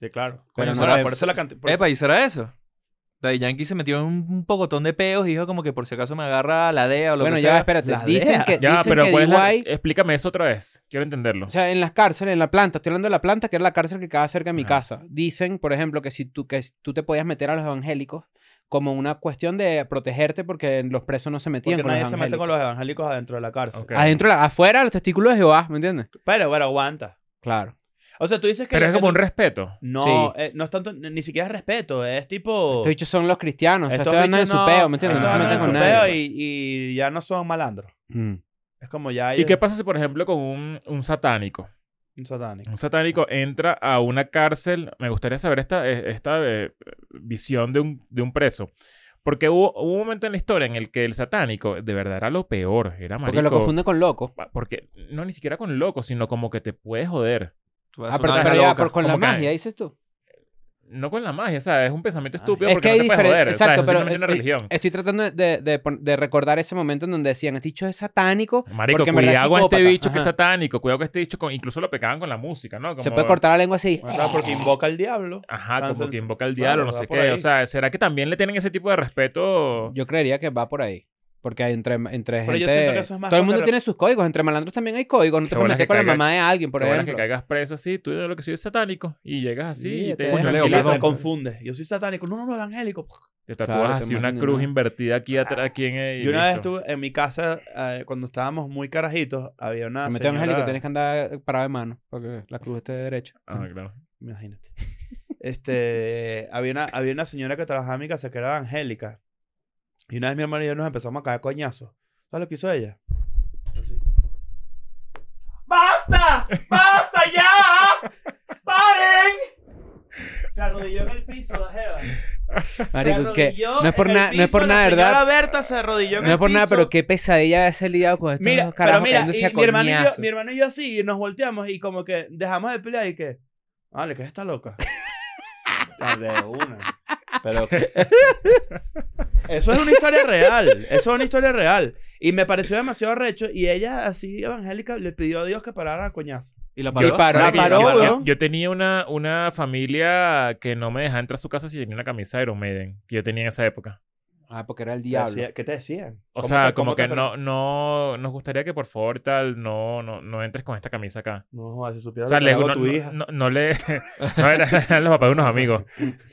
B: Sí, claro.
A: Pero
B: Coño,
A: no
B: será-
A: sé.
B: por eso la cantidad...
D: Epa, ¿y será eso? Daddy Yankee se metió en un pocotón de peos y dijo como que por si acaso me agarra la DEA o lo
A: bueno,
D: que
A: ya
D: sea.
A: espérate.
B: las
A: Dicen
B: DEA.
A: que,
C: Ya,
A: dicen
C: pero
A: que
C: ¿cuál es la- eh?
A: DUI
C: explícame eso otra vez, quiero entenderlo.
A: O sea, en las cárceles, en la planta, estoy hablando de la planta, que era la cárcel que quedaba cerca de mi
B: Ah.
C: Ajá.
A: casa. Dicen, por ejemplo, que si tú, que si tú te podías meter a los evangélicos como una cuestión de protegerte porque los presos no se metían
B: Porque
A: con los
B: nadie se mete
A: evangélicos.
B: con los evangélicos adentro de la cárcel.
C: Ok.
A: Adentro, la- afuera, los testículos de Jehová, ¿me entiendes?
B: Pero bueno, aguanta.
A: Claro.
B: O sea, tú dices que...
C: Pero es
B: que
C: como un
B: tú-
C: respeto.
B: No, eh, no es tanto... Ni siquiera es respeto. Es tipo...
A: Estos bichos son los cristianos, o sea,
B: estos
A: estos andan en
B: bichos
A: su
B: no-
A: peo, ¿me entiendes? No
B: estos
A: se
B: andan
A: meten
B: en
A: con
B: su peo
A: nadie.
B: y, y ya no son malandros.
A: Mm.
B: Es como ya
C: ¿Y
B: ellos-
C: qué pasa si, por ejemplo, con un, un satánico?
B: Un satánico.
C: Un satánico entra a una cárcel. Me gustaría saber esta, eh, esta eh, visión de un, de un preso. Porque hubo, hubo un momento en la historia en el que el satánico de verdad era lo peor. Era marico.
A: Porque lo confunden con
B: Ah,
A: loco.
C: Pa- Porque no ni siquiera con loco, sino como que te puede joder.
D: Tú vas a
A: Ah, pero,
D: sonar
A: pero
D: la
A: ya,
D: loca.
A: por- con la
C: Como que-
A: magia, dices tú.
C: No con la magia, o sea, es un pensamiento
B: Ah,
C: estúpido
A: es
C: porque
A: que
C: no
A: hay
C: te puede
A: diferen-
C: joder. o sea,
A: exacto,
C: es
A: pero
C: simplemente una
A: es- es-
C: religión.
A: Estoy tratando de, de- pon- de recordar ese momento en donde decían, este bicho es satánico,
C: Marico,
A: porque en verdad es
C: cuidado con este
A: psicópata.
C: bicho que es
A: Ajá.
C: satánico, cuidado con este bicho, con... incluso lo pegaban con la música, ¿no?
A: se
C: Como-
A: puede cortar la lengua así.
B: Bueno, claro, porque invoca al diablo.
C: Ajá,
B: Tan
C: como que
B: senc-
C: invoca al
B: Claro,
C: diablo, no
B: va
C: sé
B: por
C: qué.
B: ahí.
C: O sea, ¿será que también le tienen ese tipo de respeto?
A: Yo creería que va por ahí. Porque hay entre, entre gente...
B: Pero yo siento que eso es más
A: Todo el
B: contra-
A: mundo tiene sus códigos. Entre malandros también hay códigos. No
C: Qué
A: te puedes
C: bolas
A: meter
C: que
A: con la
C: caiga-
A: mamá de alguien, por
C: Por ejemplo, que
A: ejemplo.
C: caigas preso así, tú eres lo que soy es satánico y llegas así
A: Sí,
C: y
A: ya
C: te,
A: te
C: dejan
A: dejan. Leo,
B: Y la-
C: tranquilito.
B: te
D: perdón.
B: confundes. Yo soy satánico. No, no, no, evangélico.
C: Te tatúas
A: Claro, te
C: así una
A: imaginas,
C: cruz
A: ¿no?
C: invertida aquí atrás, aquí en el.
B: Yo una vez estuve en mi casa, eh, cuando estábamos muy carajitos, había una
A: Te metes
C: Ah,
B: señora-
A: evangélico, tienes que andar parado de mano. Porque la cruz esté derecha.
C: Ah, claro.
B: Imagínate. Este, había, una, había una señora que trabajaba en mi casa que era Angélica. Y una vez mi hermano y yo nos empezamos a caer coñazos. ¿Sabes lo que hizo ella? Así. ¡Basta! ¡Basta ya! ¡Paren! Se arrodilló en el piso la jeva.
A: Marico, que no es por nada, no es por nada,
B: La
A: ¿verdad?
B: Berta se arrodilló en
A: No
B: el
A: es por nada,
B: piso.
A: pero qué pesadilla de ese liado con estos
B: Mira, pero
A: carajos
B: mira,
A: cayéndose
B: y
A: a
B: mi, hermano y yo,
A: coñazos.
B: mi hermano y yo así, y nos volteamos y como que dejamos de pelear y que, vale, que está loca. Ah, De una. Pero que- Eso es una historia real. Eso es una historia real. Y me pareció demasiado recho. Y ella, así evangélica, le pidió a Dios que parara a coñazo.
D: Y la
A: Yo-
D: paró.
A: paró,
B: La
C: Marico,
B: paró,
C: yo, yo-
B: weón.
C: yo tenía una, una familia que no me dejaba entrar a su casa si tenía una camisa de Iron Maiden que yo tenía en esa época.
A: Ah, porque era el
B: Te
A: diablo.
B: decía- ¿Qué te decían?
C: O
B: ¿Cómo
C: sea,
B: te-
C: como
B: cómo te
C: que
B: per-
C: no, no, nos gustaría que por favor tal, no, no, no entres con esta camisa acá.
B: No, joder, si
C: O
B: supieras
C: sea,
B: lo que
C: le,
B: hago
C: no,
B: a tu
C: no-
B: hija.
C: no- no le... no, era- eran los papás de unos amigos.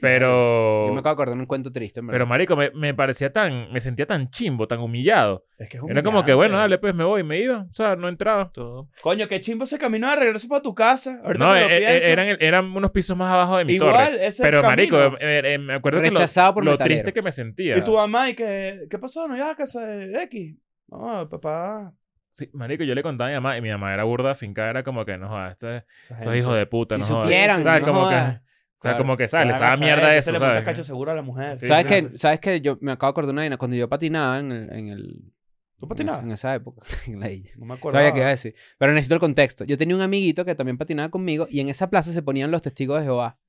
C: Pero...
A: Yo me acabo de acordar de un cuento triste, en verdad.
C: Pero marico, me, me parecía tan... Me sentía tan chimbo, tan humillado.
B: Es que es
C: Era como
B: humillante.
C: que, bueno, dale, pues me voy. Me iba. O sea, no entraba.
D: Todo.
B: Coño, qué chimbo ese camino de regreso para tu casa. Ahorita
C: No,
B: me lo
C: e- e-
B: pienso.
C: eran, el- eran unos pisos más abajo de mi
B: Igual,
C: torre.
B: ese
C: Pero marico,
B: camino.
C: eh, eh, me acuerdo
A: Rechazado
C: que
A: por
C: lo- lo,
A: metalero.
C: triste que me sentía.
B: Y tu mamá, ¿y qué, qué pasó? ¿No ibas a casa de X? No, papá.
C: Sí, marico, yo le contaba a mi mamá y mi mamá era burda finca, era como que, no jodas, esto es- sos hijo de puta,
A: Si
C: no jodas.
A: supieran,
C: ¿Sabes?
A: no
C: como que,
A: jodas.
C: o sea,
A: Claro.
C: como que sale, esa mierda eso,
B: Se le monta cacho
C: ¿sabes?
B: seguro a la mujer.
C: Sí,
A: ¿Sabes
C: sí,
A: qué? ¿Sabes qué? Yo me acabo de acordar de una vaina. Cuando yo patinaba en el... En el
B: ¿Tú
A: En,
B: patinabas?
A: esa- en esa época. en la isla.
B: No me acuerdo.
A: Sabía que iba a decir. Pero necesito el contexto. Yo tenía un amiguito que también patinaba conmigo y en esa plaza se ponían los testigos de Jehová.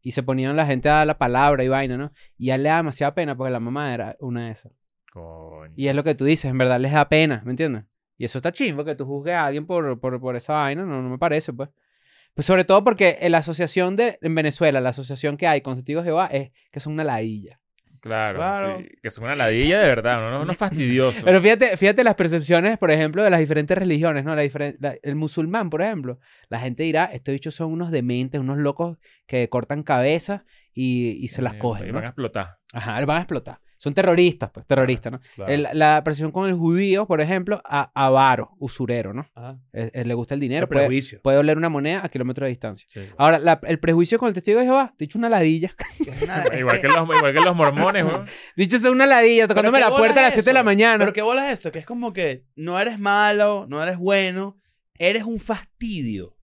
A: Y se ponían la gente a dar la palabra y vaina, ¿no? Y a él le da demasiada pena porque la mamá era una de esas.
C: Coño.
A: Y es lo que tú dices, en verdad les da pena, ¿me entiendes? Y eso está chimbo, que tú juzgues a alguien por, por, por esa vaina, no, no me parece, pues. Pues sobre todo porque en la asociación de, en Venezuela, la asociación que hay con testigos de Jehová es que son una ladilla.
C: Claro,
B: Claro.
C: sí, que son una ladilla de verdad, no, no, no fastidioso.
A: Pero fíjate, fíjate las percepciones, por ejemplo, de las diferentes religiones, ¿no? La diferen- la- el musulmán, por ejemplo. La gente dirá, estos dichos son unos dementes, unos locos que cortan cabezas y, y se las
C: Eh,
A: cogen,
C: y Van a
A: ¿no?
C: explotar.
A: Ajá, van a explotar. Son terroristas, pues, terroristas, ¿no? El- la percepción con el judío, por ejemplo, a avaro, usurero, ¿no? Eh, eh, le gusta el dinero, puede,
B: prejuicio.
A: puede oler una moneda a kilómetros de distancia. Ahora, la- el prejuicio con el testigo de Jehová, dicho una ladilla.
C: Igual que, los, igual que los mormones, weón.
A: dicho sea una ladilla, tocándome
B: qué
A: la
B: bola
A: puerta a las
B: es
A: 7 de la
B: eso?
A: mañana.
B: Pero qué bola es esto, que es como que no eres malo, no eres bueno, eres un fastidio.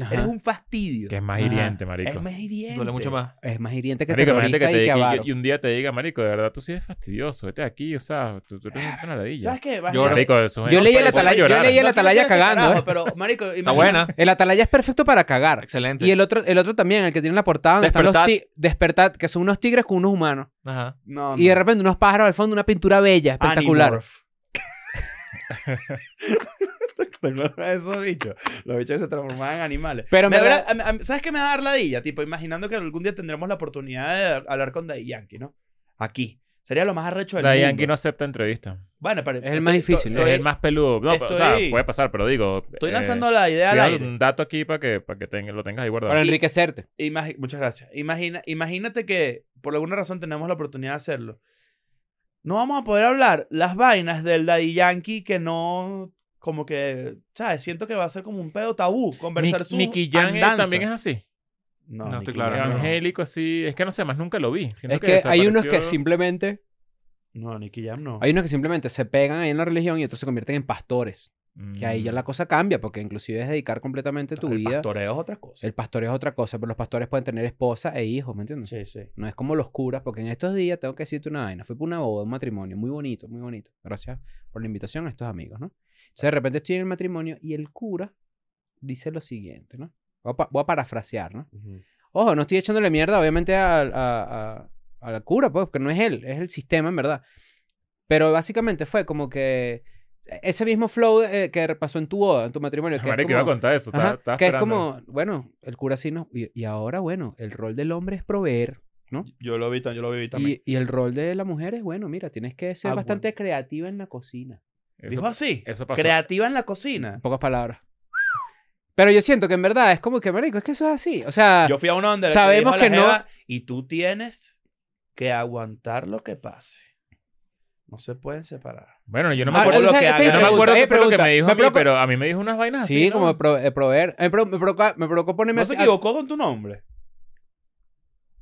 A: Ajá.
B: Eres un fastidio.
C: Que es más
A: Ajá.
C: hiriente, marico.
B: Es más hiriente.
D: Duele mucho más.
A: Es más hiriente que
C: Marico,
A: terrorista
C: imagínate que te
A: y que
C: diga- y-
A: avaro.
C: y un día te diga, marico, de verdad tú sí eres fastidioso, vete de aquí, o sea, tú, tú eres una ladilla.
B: ¿Sabes qué? Vas-
D: Llora.
C: Marico, eso es-
A: Yo
C: eso
A: leí el
C: parece
A: atalaya- yo
C: llorar.
A: leí el-
B: No quiero
A: atalaya
B: ser este
A: cagando,
B: carajo,
A: ¿eh?
B: Pero, marico,
D: Está
B: imagínate-
D: buena.
A: El atalaya es perfecto para cagar.
D: Excelente.
A: Y el otro, el otro también, el que tiene la portada donde están
D: Despertad.
A: los ti- Despertad, que son unos tigres con unos humanos.
D: Ajá.
B: No,
A: Y de
B: no.
A: repente unos pájaros al fondo, una pintura bella, espectacular.
B: Animorph. ¿Te acuerdas de esos bichos? Los bichos que se transformaban en animales.
A: Pero en
B: Me
A: verdad-
B: habrá- a- a- ¿Sabes qué me va a dar la dilla? Tipo, imaginando que algún día tendremos la oportunidad de hablar con Daddy Yankee, ¿no? Aquí. Sería lo más arrecho del
C: Daddy
B: mundo.
C: Yankee no acepta entrevistas.
B: Bueno, pero...
A: Es el más
B: estoy-
A: difícil, ¿no?
C: Es
B: estoy-
C: el más peludo. No, o sea,
B: estoy-
C: puede pasar, pero digo.
B: Estoy
C: eh,
B: lanzando la idea al
C: cuidado,
B: aire.
C: un dato aquí para que, para que tenga- lo tengas ahí guardado.
A: Para enriquecerte.
B: Imagi- Muchas gracias. Imagina, imagínate que por alguna razón tenemos la oportunidad de hacerlo. No vamos a poder hablar las vainas del Daddy Yankee que no, como que, ¿sabes? Siento que va a ser como un pedo tabú conversar
C: Nick-
B: sus
C: Nicky Jam él
B: andanzas.
C: también es así.
B: No,
D: No,
B: Nicky
D: estoy claro,
B: Jam no.
C: Evangélico, así. Es que no sé, más nunca lo vi. Siento
A: Es que hay unos que
C: desapareció.
A: simplemente,
B: No, Nicky Jam no.
A: hay unos que simplemente se pegan ahí en la religión y otros se convierten en pastores.
C: Mm.
A: Que ahí ya la cosa cambia, porque inclusive es dedicar completamente tu
B: el
A: vida.
B: pastoreo es otra cosa.
A: El pastoreo es otra cosa, pero los pastores pueden tener esposa e hijos, ¿me entiendes?
B: Sí, sí.
A: No es como los curas, porque en estos días tengo que decirte una vaina. Fui por una boda, un matrimonio, muy bonito, muy bonito. Gracias por la invitación a estos amigos, ¿no? Entonces de repente estoy en el matrimonio y el cura dice lo siguiente, ¿no? Voy a, pa- voy a parafrasear, ¿no? Ojo, no estoy echándole mierda, obviamente, al a, a- a la cura, pues, porque no es él, es el sistema, en verdad. Pero básicamente fue como que ese mismo flow eh, que pasó en tu boda, en tu matrimonio. Que es
C: Marico,
A: como-
C: iba a contar eso.
A: Ajá,
C: estaba- estaba
A: que es
C: esperando.
A: como, bueno, el cura sí no. Y, y ahora, bueno, el rol del hombre es proveer.
B: Yo lo vi, tam- yo lo vi también.
A: Y, y el rol de la mujer es, bueno, mira, tienes que ser
B: Ah,
A: bastante creativa en la cocina.
C: Eso-
B: Dijo así.
C: Eso pasó.
B: Creativa en la cocina.
A: En pocas palabras. Pero yo siento que en verdad es como que, marico, es que eso es así. O sea,
B: Yo fui a una onda le
A: Sabemos
B: dijo a la
A: que no-
B: jeva, Y tú tienes que aguantar lo que pase. No se pueden separar.
C: Bueno, yo no me
A: Ah,
C: acuerdo.
B: lo
A: entonces,
B: que
A: esta
B: haga.
A: es mi
C: Yo no me
B: pregunta,
C: acuerdo
A: eh,
C: qué fue lo que
A: pregunta.
C: me dijo a mí,
A: provoca-
C: pero a mí me dijo unas vainas así.
A: Sí,
C: Ah, ¿no?
A: como pro- eh, proveer. A mí pro- Me provocó, me provocó ponerme
B: No
A: así.
B: se equivocó con tu nombre.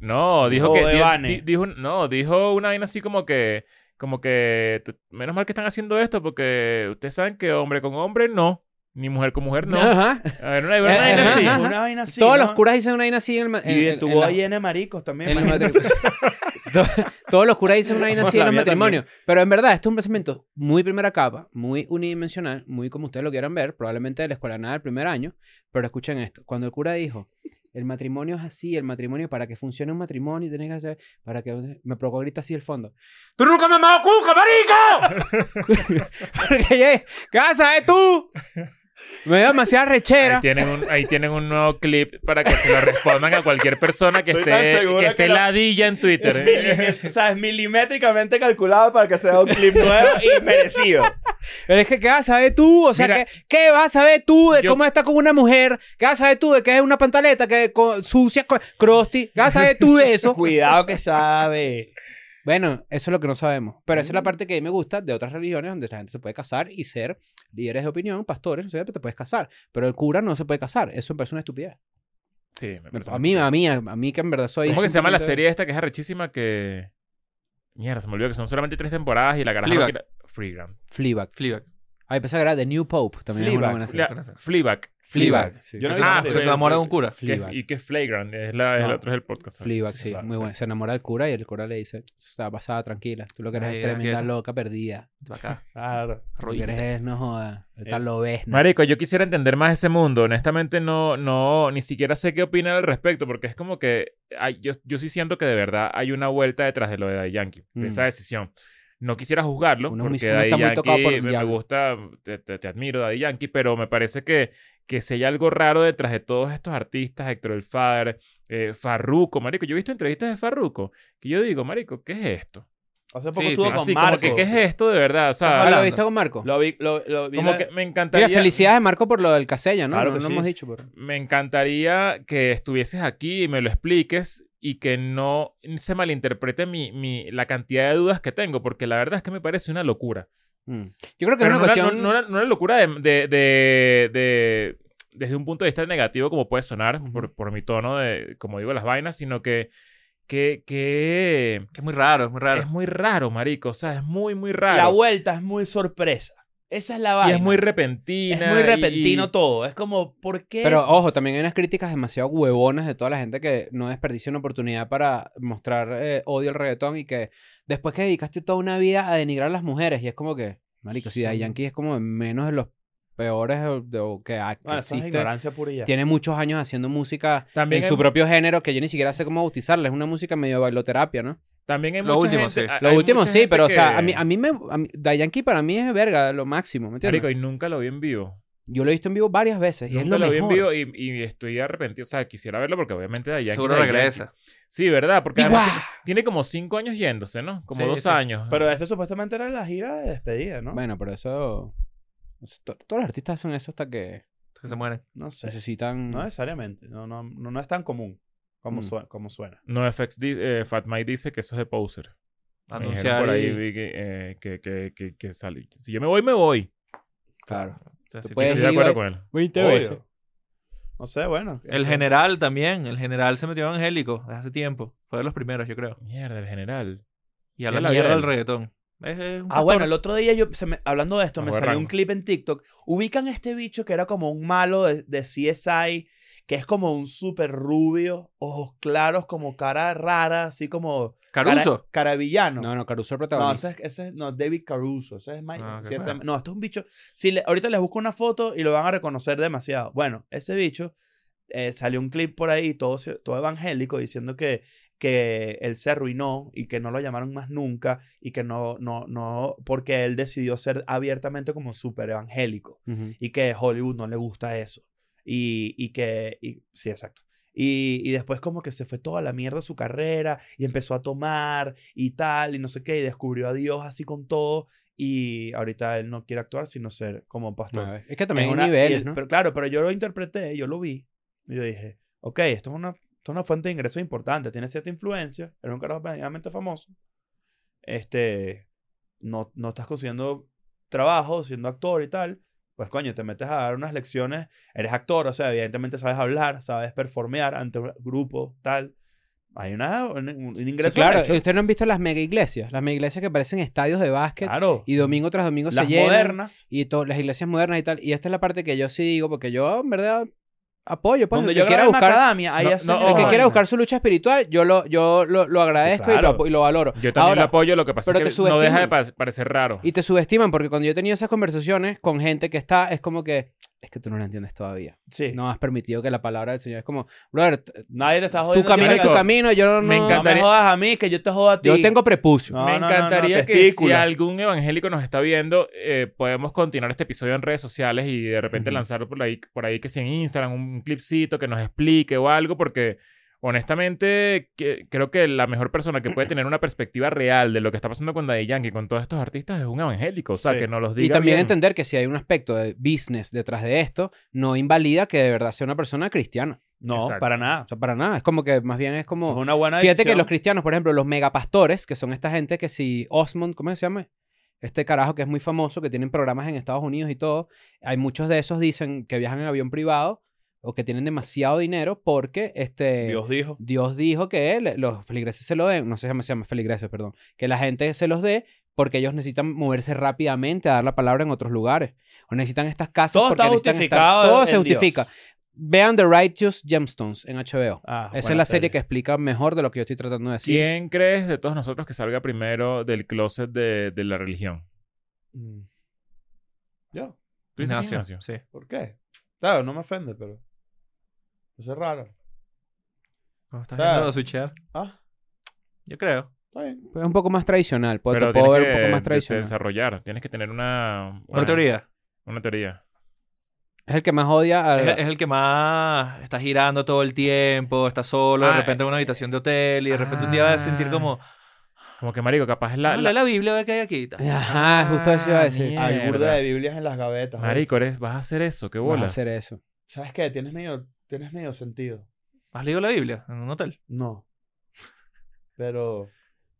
C: No, dijo
B: O
C: que.
B: de
C: di-
B: Vane.
C: di- dijo, un- no, dijo una vaina así como que. Como que. "Tú- Menos mal que están haciendo esto porque ustedes saben que hombre con hombre no. Ni mujer con mujer no. A
A: ah, Ajá.
C: ver, una, una vaina
A: Ajá,
C: así.
A: Eh, ajá.
B: Eh, Una vaina así.
A: Todos
B: ¿no?
A: los curas dicen una vaina así en el ma- en-
B: Y
A: en- en
B: estuvo
A: la-
B: ahí en Maricos también.
A: en los
B: imagínate.
A: matrimonios. To- Todos los curas dicen una vaina así en
B: La
A: los
B: mía
A: matrimonios. Pero en verdad, esto es un pensamiento muy primera capa, muy unidimensional, muy como ustedes lo quieran ver, probablemente de la escuela de nada del primer año. Pero escuchen esto: cuando el cura dijo, el matrimonio es así, el matrimonio, para que funcione un matrimonio, tienes que hacer, para que. Me provocó gritar así el fondo.
C: ¡Tú nunca me has mamado cuca, marico!
A: Porque ella es, ¿qué vas a saber tú? Me dio demasiada
C: Ahí
A: rechera.
C: tienen, un, ahí tienen un nuevo clip para que se lo respondan a cualquier persona que
B: Estoy tan
C: esté,
B: seguro
C: que esté
B: que la-
C: ladilla en Twitter.
B: Milime- ¿Sabes? Milimétricamente calculado para que sea un clip nuevo y merecido.
A: Pero es que, ¿qué vas a saber tú? O sea,
C: Mira,
A: ¿qué, qué vas a saber tú de
C: yo-
A: cómo está con una mujer? ¿Qué vas a saber tú de que es una pantaleta que co- sucia, co- crusty? ¿Qué vas a saber tú de eso?
B: Cuidado que sabe.
A: bueno, eso es lo que no sabemos. Pero esa es la parte que a mí me gusta de otras religiones donde la gente se puede casar y ser líderes de opinión, pastores, no sé, te puedes casar. Pero el cura no se puede casar. Eso me parece una estupidez.
C: sí, me parece
A: A mí, a mí, a mí que en verdad soy...
C: ¿Cómo que se llama la
A: simplemente-
C: serie esta que es arrechísima que... Mierda, se me olvidó que son solamente tres temporadas y la caraja no
D: Fleabag.
C: quiere- Fleabag.
A: Fleabag.
D: Fleabag.
A: Ay, pensaba que era The New Pope. También es una
B: Fleabag.
A: buena serie.
C: Flea- Fleabag.
A: Fleabag. Sí.
B: Yo no
C: Ah,
B: vi la
C: fue-
D: Que
B: serie.
D: se enamora de un cura.
C: que es-
A: Fleabag. Ah.
C: y que es Flagrant. Es la, es el
B: No.
C: otro es el podcast. ¿sabes?
A: Fleabag,
B: Sí,
A: sí,
B: claro,
A: muy
B: sí.
A: bueno. Se enamora del cura y el cura le dice, está pasada tranquila, tú lo que eres
D: Ay,
A: es
D: ya,
A: tremenda
D: que-
A: loca perdida.
D: Va acá.
B: Claro.
A: Lo que eres
D: arrodíllate.
A: es, no joda, ahorita
B: Eh,
A: lo ves. ¿no?
C: Marico, yo quisiera entender más ese mundo. Honestamente, no, no, ni siquiera sé qué opinar al respecto, porque es como que hay- yo, yo sí siento que de verdad hay una vuelta detrás de lo de Daddy Yankee, de
A: Mm.
C: esa decisión. No quisiera juzgarlo,
A: Uno
C: porque
A: mismo
C: Daddy
A: está muy
C: Yankee
A: tocado por el
C: me, me
A: diablo.
C: gusta, te, te- te admiro, Daddy Yankee, pero me parece que, que si hay algo raro detrás de todos estos artistas, Héctor El Father, eh, Farruko, Marico. Yo he visto entrevistas de Farruco que yo digo, Marico, ¿qué es esto?
B: Hace poco
D: Sí,
B: estuvo
D: sí,
B: con
C: Así
B: Marco.
C: como que, ¿qué es esto de verdad? O
D: Estás
C: sea,
A: Ah, ¿Lo
D: hablando.
A: viste con Marco?
B: Lo vi, lo, lo vi
C: como
B: la-
C: que me encantaría.
A: Mira, felicidades Marco por lo del casella, ¿no?
B: Claro
A: no
B: que
A: no
B: sí.
A: hemos dicho, pero...
C: me encantaría que estuvieses aquí y me lo expliques y que no se malinterprete mi, mi, la cantidad de dudas que tengo, porque la verdad es que me parece una locura.
A: Mm. Yo creo que
C: Pero
A: es una
C: no, una-
A: cuestión...
C: no- no una- no una locura de, de- de- de- desde un punto de vista negativo, como puede sonar por, por mi tono de, como digo, las vainas, sino que, que, que
D: Que es muy raro, es muy
C: es
D: raro.
C: muy raro, marico. O sea, es muy, muy
B: La
C: raro.
B: vuelta es muy sorpresa. Esa es la
C: Y
B: vaina.
C: es muy
B: Es
C: repentina.
B: muy
C: y-
B: repentino todo. Es como, ¿por qué?
A: Pero ojo, también hay unas críticas demasiado huevonas de toda la gente que no desperdicia una oportunidad para mostrar eh, odio al reggaetón y que después que dedicaste toda una vida a denigrar a las mujeres y es como que, marico, si Daddy Yankee es como menos de los peores eh, de- o que, ha- que
B: bueno, eso es
A: existe.
B: ignorancia pura y ya.
A: Tiene muchos años haciendo música
C: También
A: en su
C: hay-
A: propio género que yo ni siquiera sé cómo bautizarla. Es una música medio bailoterapia, ¿no?
C: También hay
D: Lo
C: mucha
D: último,
C: gente-
D: sí.
C: hay-
A: Lo
C: hay
A: último
C: mucha
A: sí,
C: gente
A: pero o sea,
C: que-
A: a mí, a mí me... A mí, Da Yankee para mí es verga, lo máximo, ¿me entiendes?
C: Marico, y nunca lo vi en vivo.
A: Yo lo he visto en vivo varias veces y
C: Nunca
A: es lo,
C: lo, vi en
A: mejor.
C: vivo y, y estoy arrepentido. O sea, quisiera verlo porque obviamente Daddy Ah, Yankee
D: Seguro
C: es Daddy
D: regresa.
C: Yankee. Sí, ¿verdad? Porque
A: Y
C: además
A: guau.
C: tiene- tiene como cinco años yéndose, ¿no? Como
D: Sí,
C: dos
D: sí.
C: años.
B: Pero esto supuestamente era la gira de despedida, ¿no?
A: Bueno, pero eso. eso- to- todos los artistas hacen eso hasta que
D: Que se muere.
B: No sé.
A: necesitan.
B: No necesariamente. No, no, no, no es tan común como,
A: Mm.
B: suena, como suena.
C: No FX di- eh, Fat Mike dice que eso es de poser. Me dijeron
D: Anunciar
C: por ahí
D: y-
C: vi que, eh, que, que, que- que sale. Si yo me voy, me voy.
A: Claro.
D: O sea,
A: Tú
D: sí
A: puedes
C: Estoy de
A: ir,
C: acuerdo
A: vale.
C: con él.
A: 20
B: Obvio. No sé, bueno. Ah,
D: El general también. El general se metió evangélico desde hace tiempo. Fue de los primeros, yo creo.
C: Mierda, el general.
D: Y a
C: Ya
D: la
C: la vi
D: mierda
C: a él.
D: del reggaetón. Es- es un
B: Ah, bueno,
D: factor.
B: el otro día yo, se me- hablando de esto, me
C: Bajo de
B: salió un
C: rango.
B: clip en TikTok. Ubican este bicho que era como un malo de, de CSI, que es como un súper rubio, ojos claros, como cara rara, así como... cara-
D: Caruso.
B: Cara, villano.
A: No, no, Caruso es el
B: No,
A: protagonista.
B: ese es, ese es- no, David Caruso. Ese es Mike.
D: Ah, qué
B: sí, ese-
D: feo.
B: no, este es un bicho. Si le- ahorita les busco una foto y lo van a reconocer demasiado. Bueno, ese bicho eh, salió un clip por ahí, todo, se- todo evangélico, diciendo que, que él se arruinó y que no lo llamaron más nunca y que no, no, no, porque él decidió ser abiertamente como súper evangélico
A: Ujú.
B: y que Hollywood no le gusta eso. Y, y que, y- sí, exacto. Y, y después como que se fue toda la mierda su carrera y empezó a tomar y tal y no sé qué y descubrió a Dios así con todo y ahorita él no quiere actuar sino ser como pastor.
A: No, es que
B: Es
A: también hay
B: una- y
A: niveles,
B: el-
A: ¿no?
B: Pero claro, pero yo lo interpreté, yo lo vi y yo dije, ok, esto es una, esto es una fuente de ingresos importante, tiene cierta influencia, era un carajo medianamente famoso, este, no, no estás consiguiendo trabajo siendo actor y tal, pues coño, te metes a dar unas lecciones, eres actor, o sea, evidentemente sabes hablar, sabes performear ante un grupo, tal. Hay una, un, un ingreso.
A: Sí, claro,
B: derecho.
A: ustedes no han visto las mega iglesias, las mega iglesias que parecen estadios de básquet
B: Claro.
A: y domingo tras domingo
B: Las
A: se llenan.
B: modernas.
A: Y to- las iglesias modernas y tal. Y esta es la parte que yo sí digo, porque yo en verdad apoyo, pues,
B: Donde
A: el que
B: yo
A: quiera
B: quiero
A: buscar.
B: Macadamia, ahí
C: No,
B: hacen
C: no,
B: esa
A: el que
C: ojo.
A: quiera
B: vaina.
A: buscar su lucha espiritual, yo lo, yo lo, lo agradezco y, lo,
B: claro.
A: apo- y lo valoro.
C: Yo también
A: Ahora,
C: lo apoyo, lo que pasa
A: pero te
C: es que no deja de
A: subestiman.
C: pa- parecer raro.
A: Y te subestiman, porque cuando yo he tenido esas conversaciones con gente que está, es como que, es que tú no lo entiendes todavía.
B: Sí.
A: No has permitido que la palabra del Señor es como, brother, t-
B: Nadie te está
A: tu
B: jodiendo.
A: camino es
B: Marico,
A: tu camino, yo no.
C: Me
B: No me
C: Encantaría-
B: jodas a mí, que yo te jodo a ti.
A: Yo tengo prepucio.
B: No,
C: Me
B: no, no, no,
C: encantaría que si
B: testículo.
C: algún evangélico nos está viendo, eh, podemos continuar este episodio en redes sociales y de repente
A: Ujú.
C: lanzar por ahí, por ahí que si en Instagram un clipcito que nos explique o algo, porque honestamente que- creo que la mejor persona que puede tener una perspectiva real de lo que está pasando con Daddy Yankee, con todos estos artistas, es un evangélico. O sea,
B: Sí.
C: que nos los diga
A: Y también
C: bien.
A: entender que si hay un aspecto de business detrás de esto, no invalida que de verdad sea una persona cristiana.
B: No,
C: Exacto.
B: para nada.
A: O sea, para nada. Es como que más bien es
B: Es
A: como.
B: una buena
A: Fíjate que
B: decisión.
A: los cristianos, por ejemplo, los megapastores, que son esta gente que si Osmond, ¿cómo se llama? Este carajo que es muy famoso, que tienen programas en Estados Unidos y todo. Hay muchos de esos dicen que viajan en avión privado o que tienen demasiado dinero porque este Dios,
B: Dios dijo.
A: dijo que le- los feligreses se lo den, no sé cómo se llama feligreses, perdón, que la gente se los dé porque ellos necesitan moverse rápidamente a dar la palabra en otros lugares o necesitan estas casas
B: Todo
A: porque
B: está
A: necesitan
B: justificado
A: estar- todo
B: en
A: se
B: Dios.
A: justifica. Vean The Righteous Gemstones en HBO.
B: Ah,
A: Esa
B: buena
A: es la serie que explica mejor de lo que yo estoy tratando de decir.
C: ¿Quién crees de todos nosotros que salga primero del closet de, de la religión?
B: Mm. Yo.
C: ¿Tú dices que
D: Ignacio,
C: Ignacio?
D: sí.
B: ¿Por qué? Claro, no me ofende, pero. Eso es raro.
D: ¿Cómo estás
B: Claro.
D: viendo de switchear?
B: Ah,
D: Yo creo.
B: está bien.
A: Pues es un poco más tradicional. Puedo,
C: Pero
A: Pues te puedo ver
C: tienes que
A: un poco más
C: de-
A: tradicional.
C: desarrollar, tienes que tener una...
D: Una teoría.
C: Una teoría.
A: Es el que más odia
D: Es,
A: al...
D: es el que más está girando todo el tiempo, está solo,
C: Ah,
D: de repente en una habitación de hotel y de repente un día va a sentir como,
C: Como que, marico, capaz es
D: la,
C: la...
D: la,
C: la-
D: Biblia, a ver qué hay aquí.
A: Ajá, justo eso iba a decir.
C: Ah, mierda.
B: Hay burda de Biblias en las gavetas. ¿vale?
C: Marico, eres- vas a hacer eso, qué
A: Vas a
C: bolas.
A: hacer eso.
B: ¿Sabes qué? Tienes medio, tienes medio sentido.
D: ¿Has leído la Biblia en un hotel?
B: No. Pero.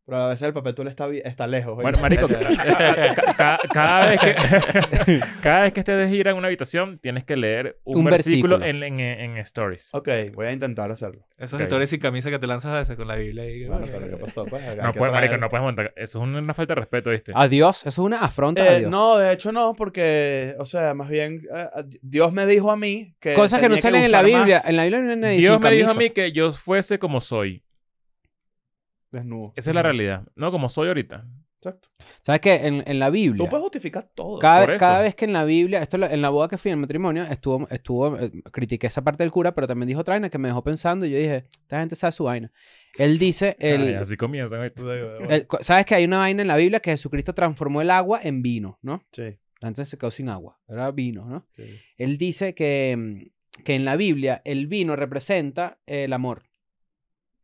B: Pero a veces el papel tú está, vi- está lejos. ¿oíste?
C: Bueno, marico, ca- ca- ca- ca- cada vez que cada vez que estés de gira en una habitación, tienes que leer un,
A: Un
C: versículo,
A: versículo.
C: En, en- en stories.
B: Ok, voy a intentar hacerlo.
D: Esas
C: Ok.
D: historias sin camisa que te lanzas a veces con la Biblia. Y,
B: Bueno, pero ¿qué pasó? Pues, Hay
C: No
B: que
C: puedes,
B: traer-
C: marico, no puedes montar. Eso es una falta de respeto, ¿viste?
A: Adiós. Eso es una afronta a
B: Eh,
A: Dios.
B: no, de hecho no, porque, o sea, más bien, eh, Dios me dijo a mí
C: eh,
B: que.
A: Cosas que no
B: tenía
A: salen en la
B: gustar
A: Biblia.
B: más
A: En la Biblia no hay nadie
C: Dios
A: sin
C: me dijo a
A: camisa.
C: mí que yo fuese como soy.
B: Desnudo.
C: Esa es la realidad. No, como soy ahorita. Ah,
B: Exacto.
A: ¿Sabes qué? En, en la
B: Tú
A: Biblia...
B: puedes justificar todo.
A: Cada,
C: por
A: vez- cada
C: eso.
A: vez que en la Biblia, esto lo- en la boda que fui en el matrimonio, estuvo, estuvo, eh, critiqué esa parte del cura, pero también dijo otra vaina que me dejó pensando y yo dije, esta gente sabe su vaina. Él dice,
C: Ay,
A: el,
C: así comienzan. ¿viste?
A: El- Eh, cu- ¿Sabes que hay una vaina en la Biblia que Jesucristo transformó el agua en vino, ¿no?
B: Sí,
A: Antes se quedó sin agua, era vino, ¿no?
B: sí.
A: Él dice que, mm, que en la Biblia el vino representa el amor.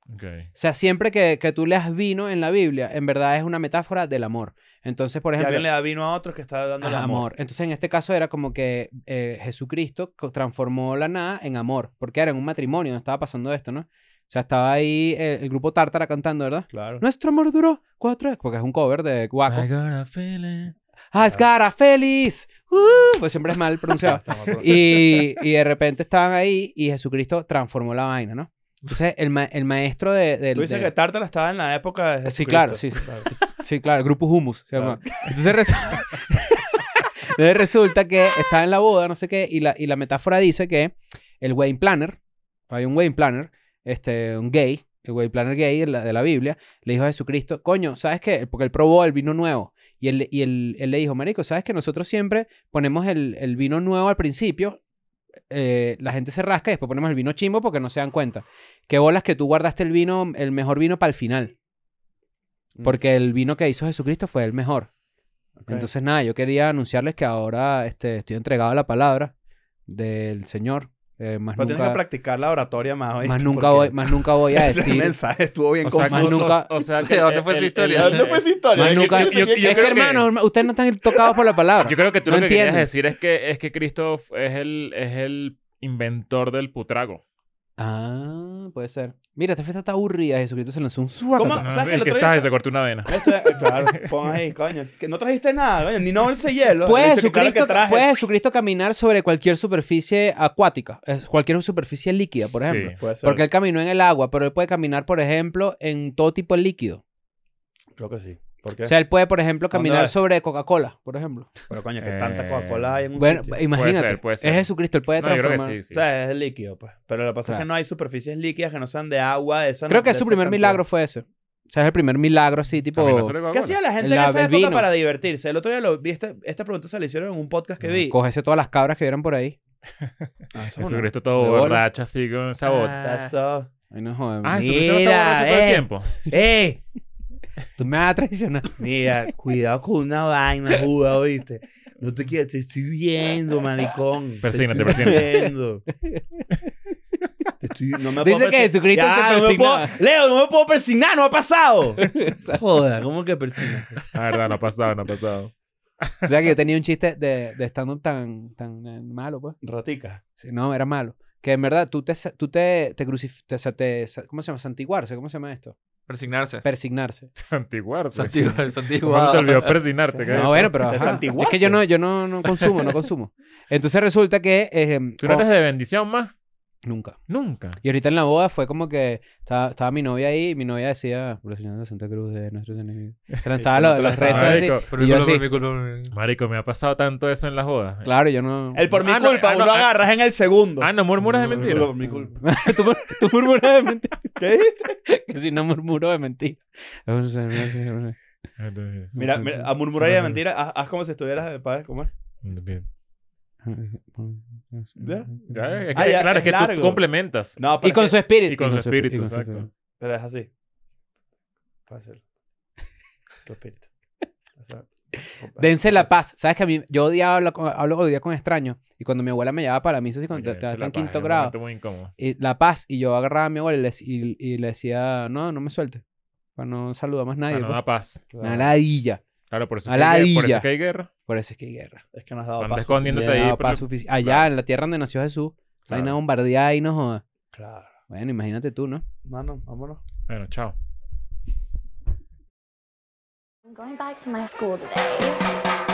C: Ok.
A: O sea, siempre que, que tú leas vino en la Biblia, en verdad es una metáfora del amor. Entonces, por
B: si
A: ejemplo,
B: alguien le da vino a otro que está dando el
A: Ajá,
B: amor.
A: amor. Entonces, en este caso era como que eh, Jesucristo co- transformó la nada en amor, porque era en un matrimonio donde estaba pasando esto, ¿no? O sea, estaba ahí eh, el, grupo Tártara cantando, ¿verdad?
B: Claro.
A: Nuestro amor duró cuatro, porque es un cover de Guaco.
C: I got a feeling.
A: ¡Ah, es cara, feliz! ¡Uh! Pues siempre es mal pronunciado. Y, y de repente estaban ahí y Jesucristo transformó la vaina, ¿no? Entonces, el, ma- el maestro de... del-
B: Tú dices
A: de-
B: que Tartar estaba en la época de.
A: Sí, claro, sí,
B: Jesucristo.
A: sí. Sí, claro, el grupo Humus se
B: Claro.
A: llama. Entonces, resu- Entonces resulta que estaba en la boda, no sé qué, y la, y la metáfora dice que el wedding planner, hay un wedding planner, este, un gay, el wedding planner gay de la, de la Biblia, le dijo a Jesucristo, coño, ¿sabes qué? Porque él probó el vino nuevo. Y él, y él, él le dijo, marico, ¿sabes que nosotros siempre ponemos el, el vino nuevo al principio? eh, la gente se rasca y después ponemos el vino chimbo porque no se dan cuenta. Qué bolas que tú guardaste el vino, el mejor vino para el final.
B: Mm.
A: Porque el vino que hizo Jesucristo fue el mejor.
B: Ok.
A: Entonces, nada, yo quería anunciarles que ahora este, estoy entregado a la palabra del Señor. Eh, más,
B: Pero tienes que
A: nunca,
B: practicar la oratoria más hoy.
A: más, nunca voy, más nunca voy a
B: Ese
A: decir.
B: mensaje estuvo bien
C: O sea,
A: más
C: que-
B: confuso.
A: nunca-
C: o sea, que
D: ¿De dónde fue
C: el-
D: esa
C: el-
D: historia?
C: el-
B: ¿Dónde fue esa historia?
A: más
C: Yo-
A: nunca-
C: yo- yo- yo
A: es que,
C: creo
A: hermano, ustedes no están tocados por la palabra.
C: Yo creo que tú
A: No
C: lo que querías
A: entienden.
C: decir es que, es que Cristo es el, es el inventor del putrago.
A: Ah. Mm, puede ser. Mira, esta fiesta está aburrida. Jesucristo se lanzó un
C: No,
B: ¿Cómo?
A: suaca.
C: no,
B: ¿Sabes que
C: el
B: el
C: que
B: otro
C: estás
B: día-
C: y se cortó una vena.
B: Esto es- claro, pon ahí, coño. Que no trajiste nada, coño. Ni no ese hielo.
A: Puede
B: Dice que claro
A: Pues,
B: que
A: Jesucristo,
B: traje.
A: puede Jesucristo caminar sobre cualquier superficie acuática, es- cualquier superficie líquida, por ejemplo.
C: Sí.
B: Puede ser.
A: Porque él caminó en el agua, pero él puede caminar, por ejemplo, en todo tipo de líquido.
B: Creo que sí. ¿Por qué?
A: O sea, él puede, por ejemplo,
B: ¿Dónde
A: caminar
B: vas?
A: sobre Coca-Cola, por ejemplo.
B: Pero coño, que
C: Eh,
B: tanta Coca-Cola hay en un
A: Bueno, pues, eh,
B: sitio.
A: imagínate.
C: ser, puede ser.
A: Es Jesucristo, él puede
C: No, yo creo
A: transformar.
C: que sí. sí.
B: O sea, es líquido, pues. Pero lo que pasa es
A: Claro.
B: que no hay superficies líquidas que no sean de agua, de esa
A: Creo que
B: de
A: su
B: esa
A: primer
B: cantidad.
A: milagro fue ese. O sea, es el primer milagro así, tipo...
C: Caminar sobre
B: ¿Qué
C: Coca-Cola.
B: hacía la gente
A: El
B: en esa
A: ave
B: época
A: vino.
B: para divertirse? El otro día lo vi, esta, esta pregunta se la hicieron en un podcast
A: Ah,
B: que vi.
A: Cógese todas las cabras que vieron por ahí.
B: Ah, eso es una-
C: Jesucristo todo
A: De bola.
C: borracho así con esa bota.
D: Ah,
B: Eso.
A: Ay, no joder.
C: Ah,
A: mi-
C: Jesucristo no
B: Mira,
C: está borracho todo el
B: eh.
C: tiempo.
B: ¡Ey!
A: Tú me vas a traicionar.
B: Mira, cuidado con una vaina, Judas, ¿oíste? No te quieres, te estoy viendo, maricón.
C: Persígnate,
B: te estoy
C: persígnate.
B: viendo. Te estoy- no me
A: Dice
B: puedo
A: que
B: persi-
A: Jesucristo se
B: no me
A: persignaba.
B: puedo- Leo, no me puedo persignar, no ha pasado. Joda, ¿cómo que persigna?
C: La verdad, no ha pasado, no ha pasado.
A: O sea, que yo tenía un chiste de, de stand-up tan, tan eh, malo, pues.
B: Ratica.
A: Sí, no, era malo. Que en verdad tú te, sa- tú te, te crucif- te- o sea, te sa- ¿Cómo se llama? Santiguarse. ¿Cómo se llama esto?
D: Persignarse.
A: Persignarse.
C: Santiguarse.
D: Santiago,
C: ¿Cómo se te olvidó persignarte? ¿Qué es
A: No,
C: eso?
A: bueno, pero. ajá.
B: Te
A: Es
B: santiguaste.
A: que yo no, yo no, no consumo, no consumo. Entonces resulta que. eh,
C: ¿Tú no
A: con-
C: eres de bendición más?
A: Nunca.
C: Nunca.
A: Y ahorita en la boda fue como que estaba, estaba mi novia ahí y mi novia decía, por el Señor de Santa Cruz de nuestros enemigos. Se lanzaba
B: tú no
A: los,
B: te la
A: los
B: sabes.
A: rezos así.
C: Marico,
A: Y yo así.
C: Marico, me ha pasado tanto eso en las bodas.
A: Claro, yo no.
B: El por mi
C: Ah, no,
B: culpa,
C: ah,
B: uno
C: no, ah,
B: agarras en el segundo.
C: Ah, no murmuras de
A: No,
C: mentira.
B: Por mi culpa.
A: tú, tú murmuras de mentira.
B: ¿Qué dijiste?
A: Que si no murmuro de mentira.
B: Mira, mira, a murmurar y de mentira, haz, haz como si estuvieras de padre, ¿cómo es?
C: Ya, Ah, es que-
B: Ah, ya,
C: claro,
B: es
C: es que tú
B: largo.
C: complementas.
B: No, pero
A: Y
B: es
A: con
B: que-
A: su espíritu.
C: Y con su espíritu,
A: y con su
C: exacto.
B: Pero es así. Puede ser. Tu espíritu. O sea,
A: Dense la paz. ¿Sabes que a mí, yo odiaba hablar con, hablo, odiaba con extraños? Y cuando mi abuela me llevaba para la misa, así cuando
C: Oye, esa
A: estaba
C: es la
A: en
C: paja,
A: quinto
C: es un
A: grado,
C: momento muy incómodo.
A: y la paz, y yo agarraba a mi abuela y le, y- y le decía, no, no me suelte. Para no saludar más a
C: Ah,
A: nadie.
C: no
A: pues.
C: da paz.
B: Claro.
A: Una ladilla.
C: Claro, por eso,
A: A
C: es que hay, guerra-
A: ladilla.
C: por eso es que hay guerra.
A: Por eso es que hay guerra.
B: Es que nos has dado
C: Anda
B: paz.
C: escondiendo- Viéndote
A: Se
C: ahí
A: daba
C: por
A: paz
C: el-
A: sufici- Allá,
C: claro.
A: en la tierra donde nació Jesús, hay una
C: Claro.
A: bombardeada y no jodas.
B: Claro.
A: Bueno, imagínate tú, ¿no?
B: Mano, vámonos.
C: Bueno, chao.
E: I'm going back to my school today.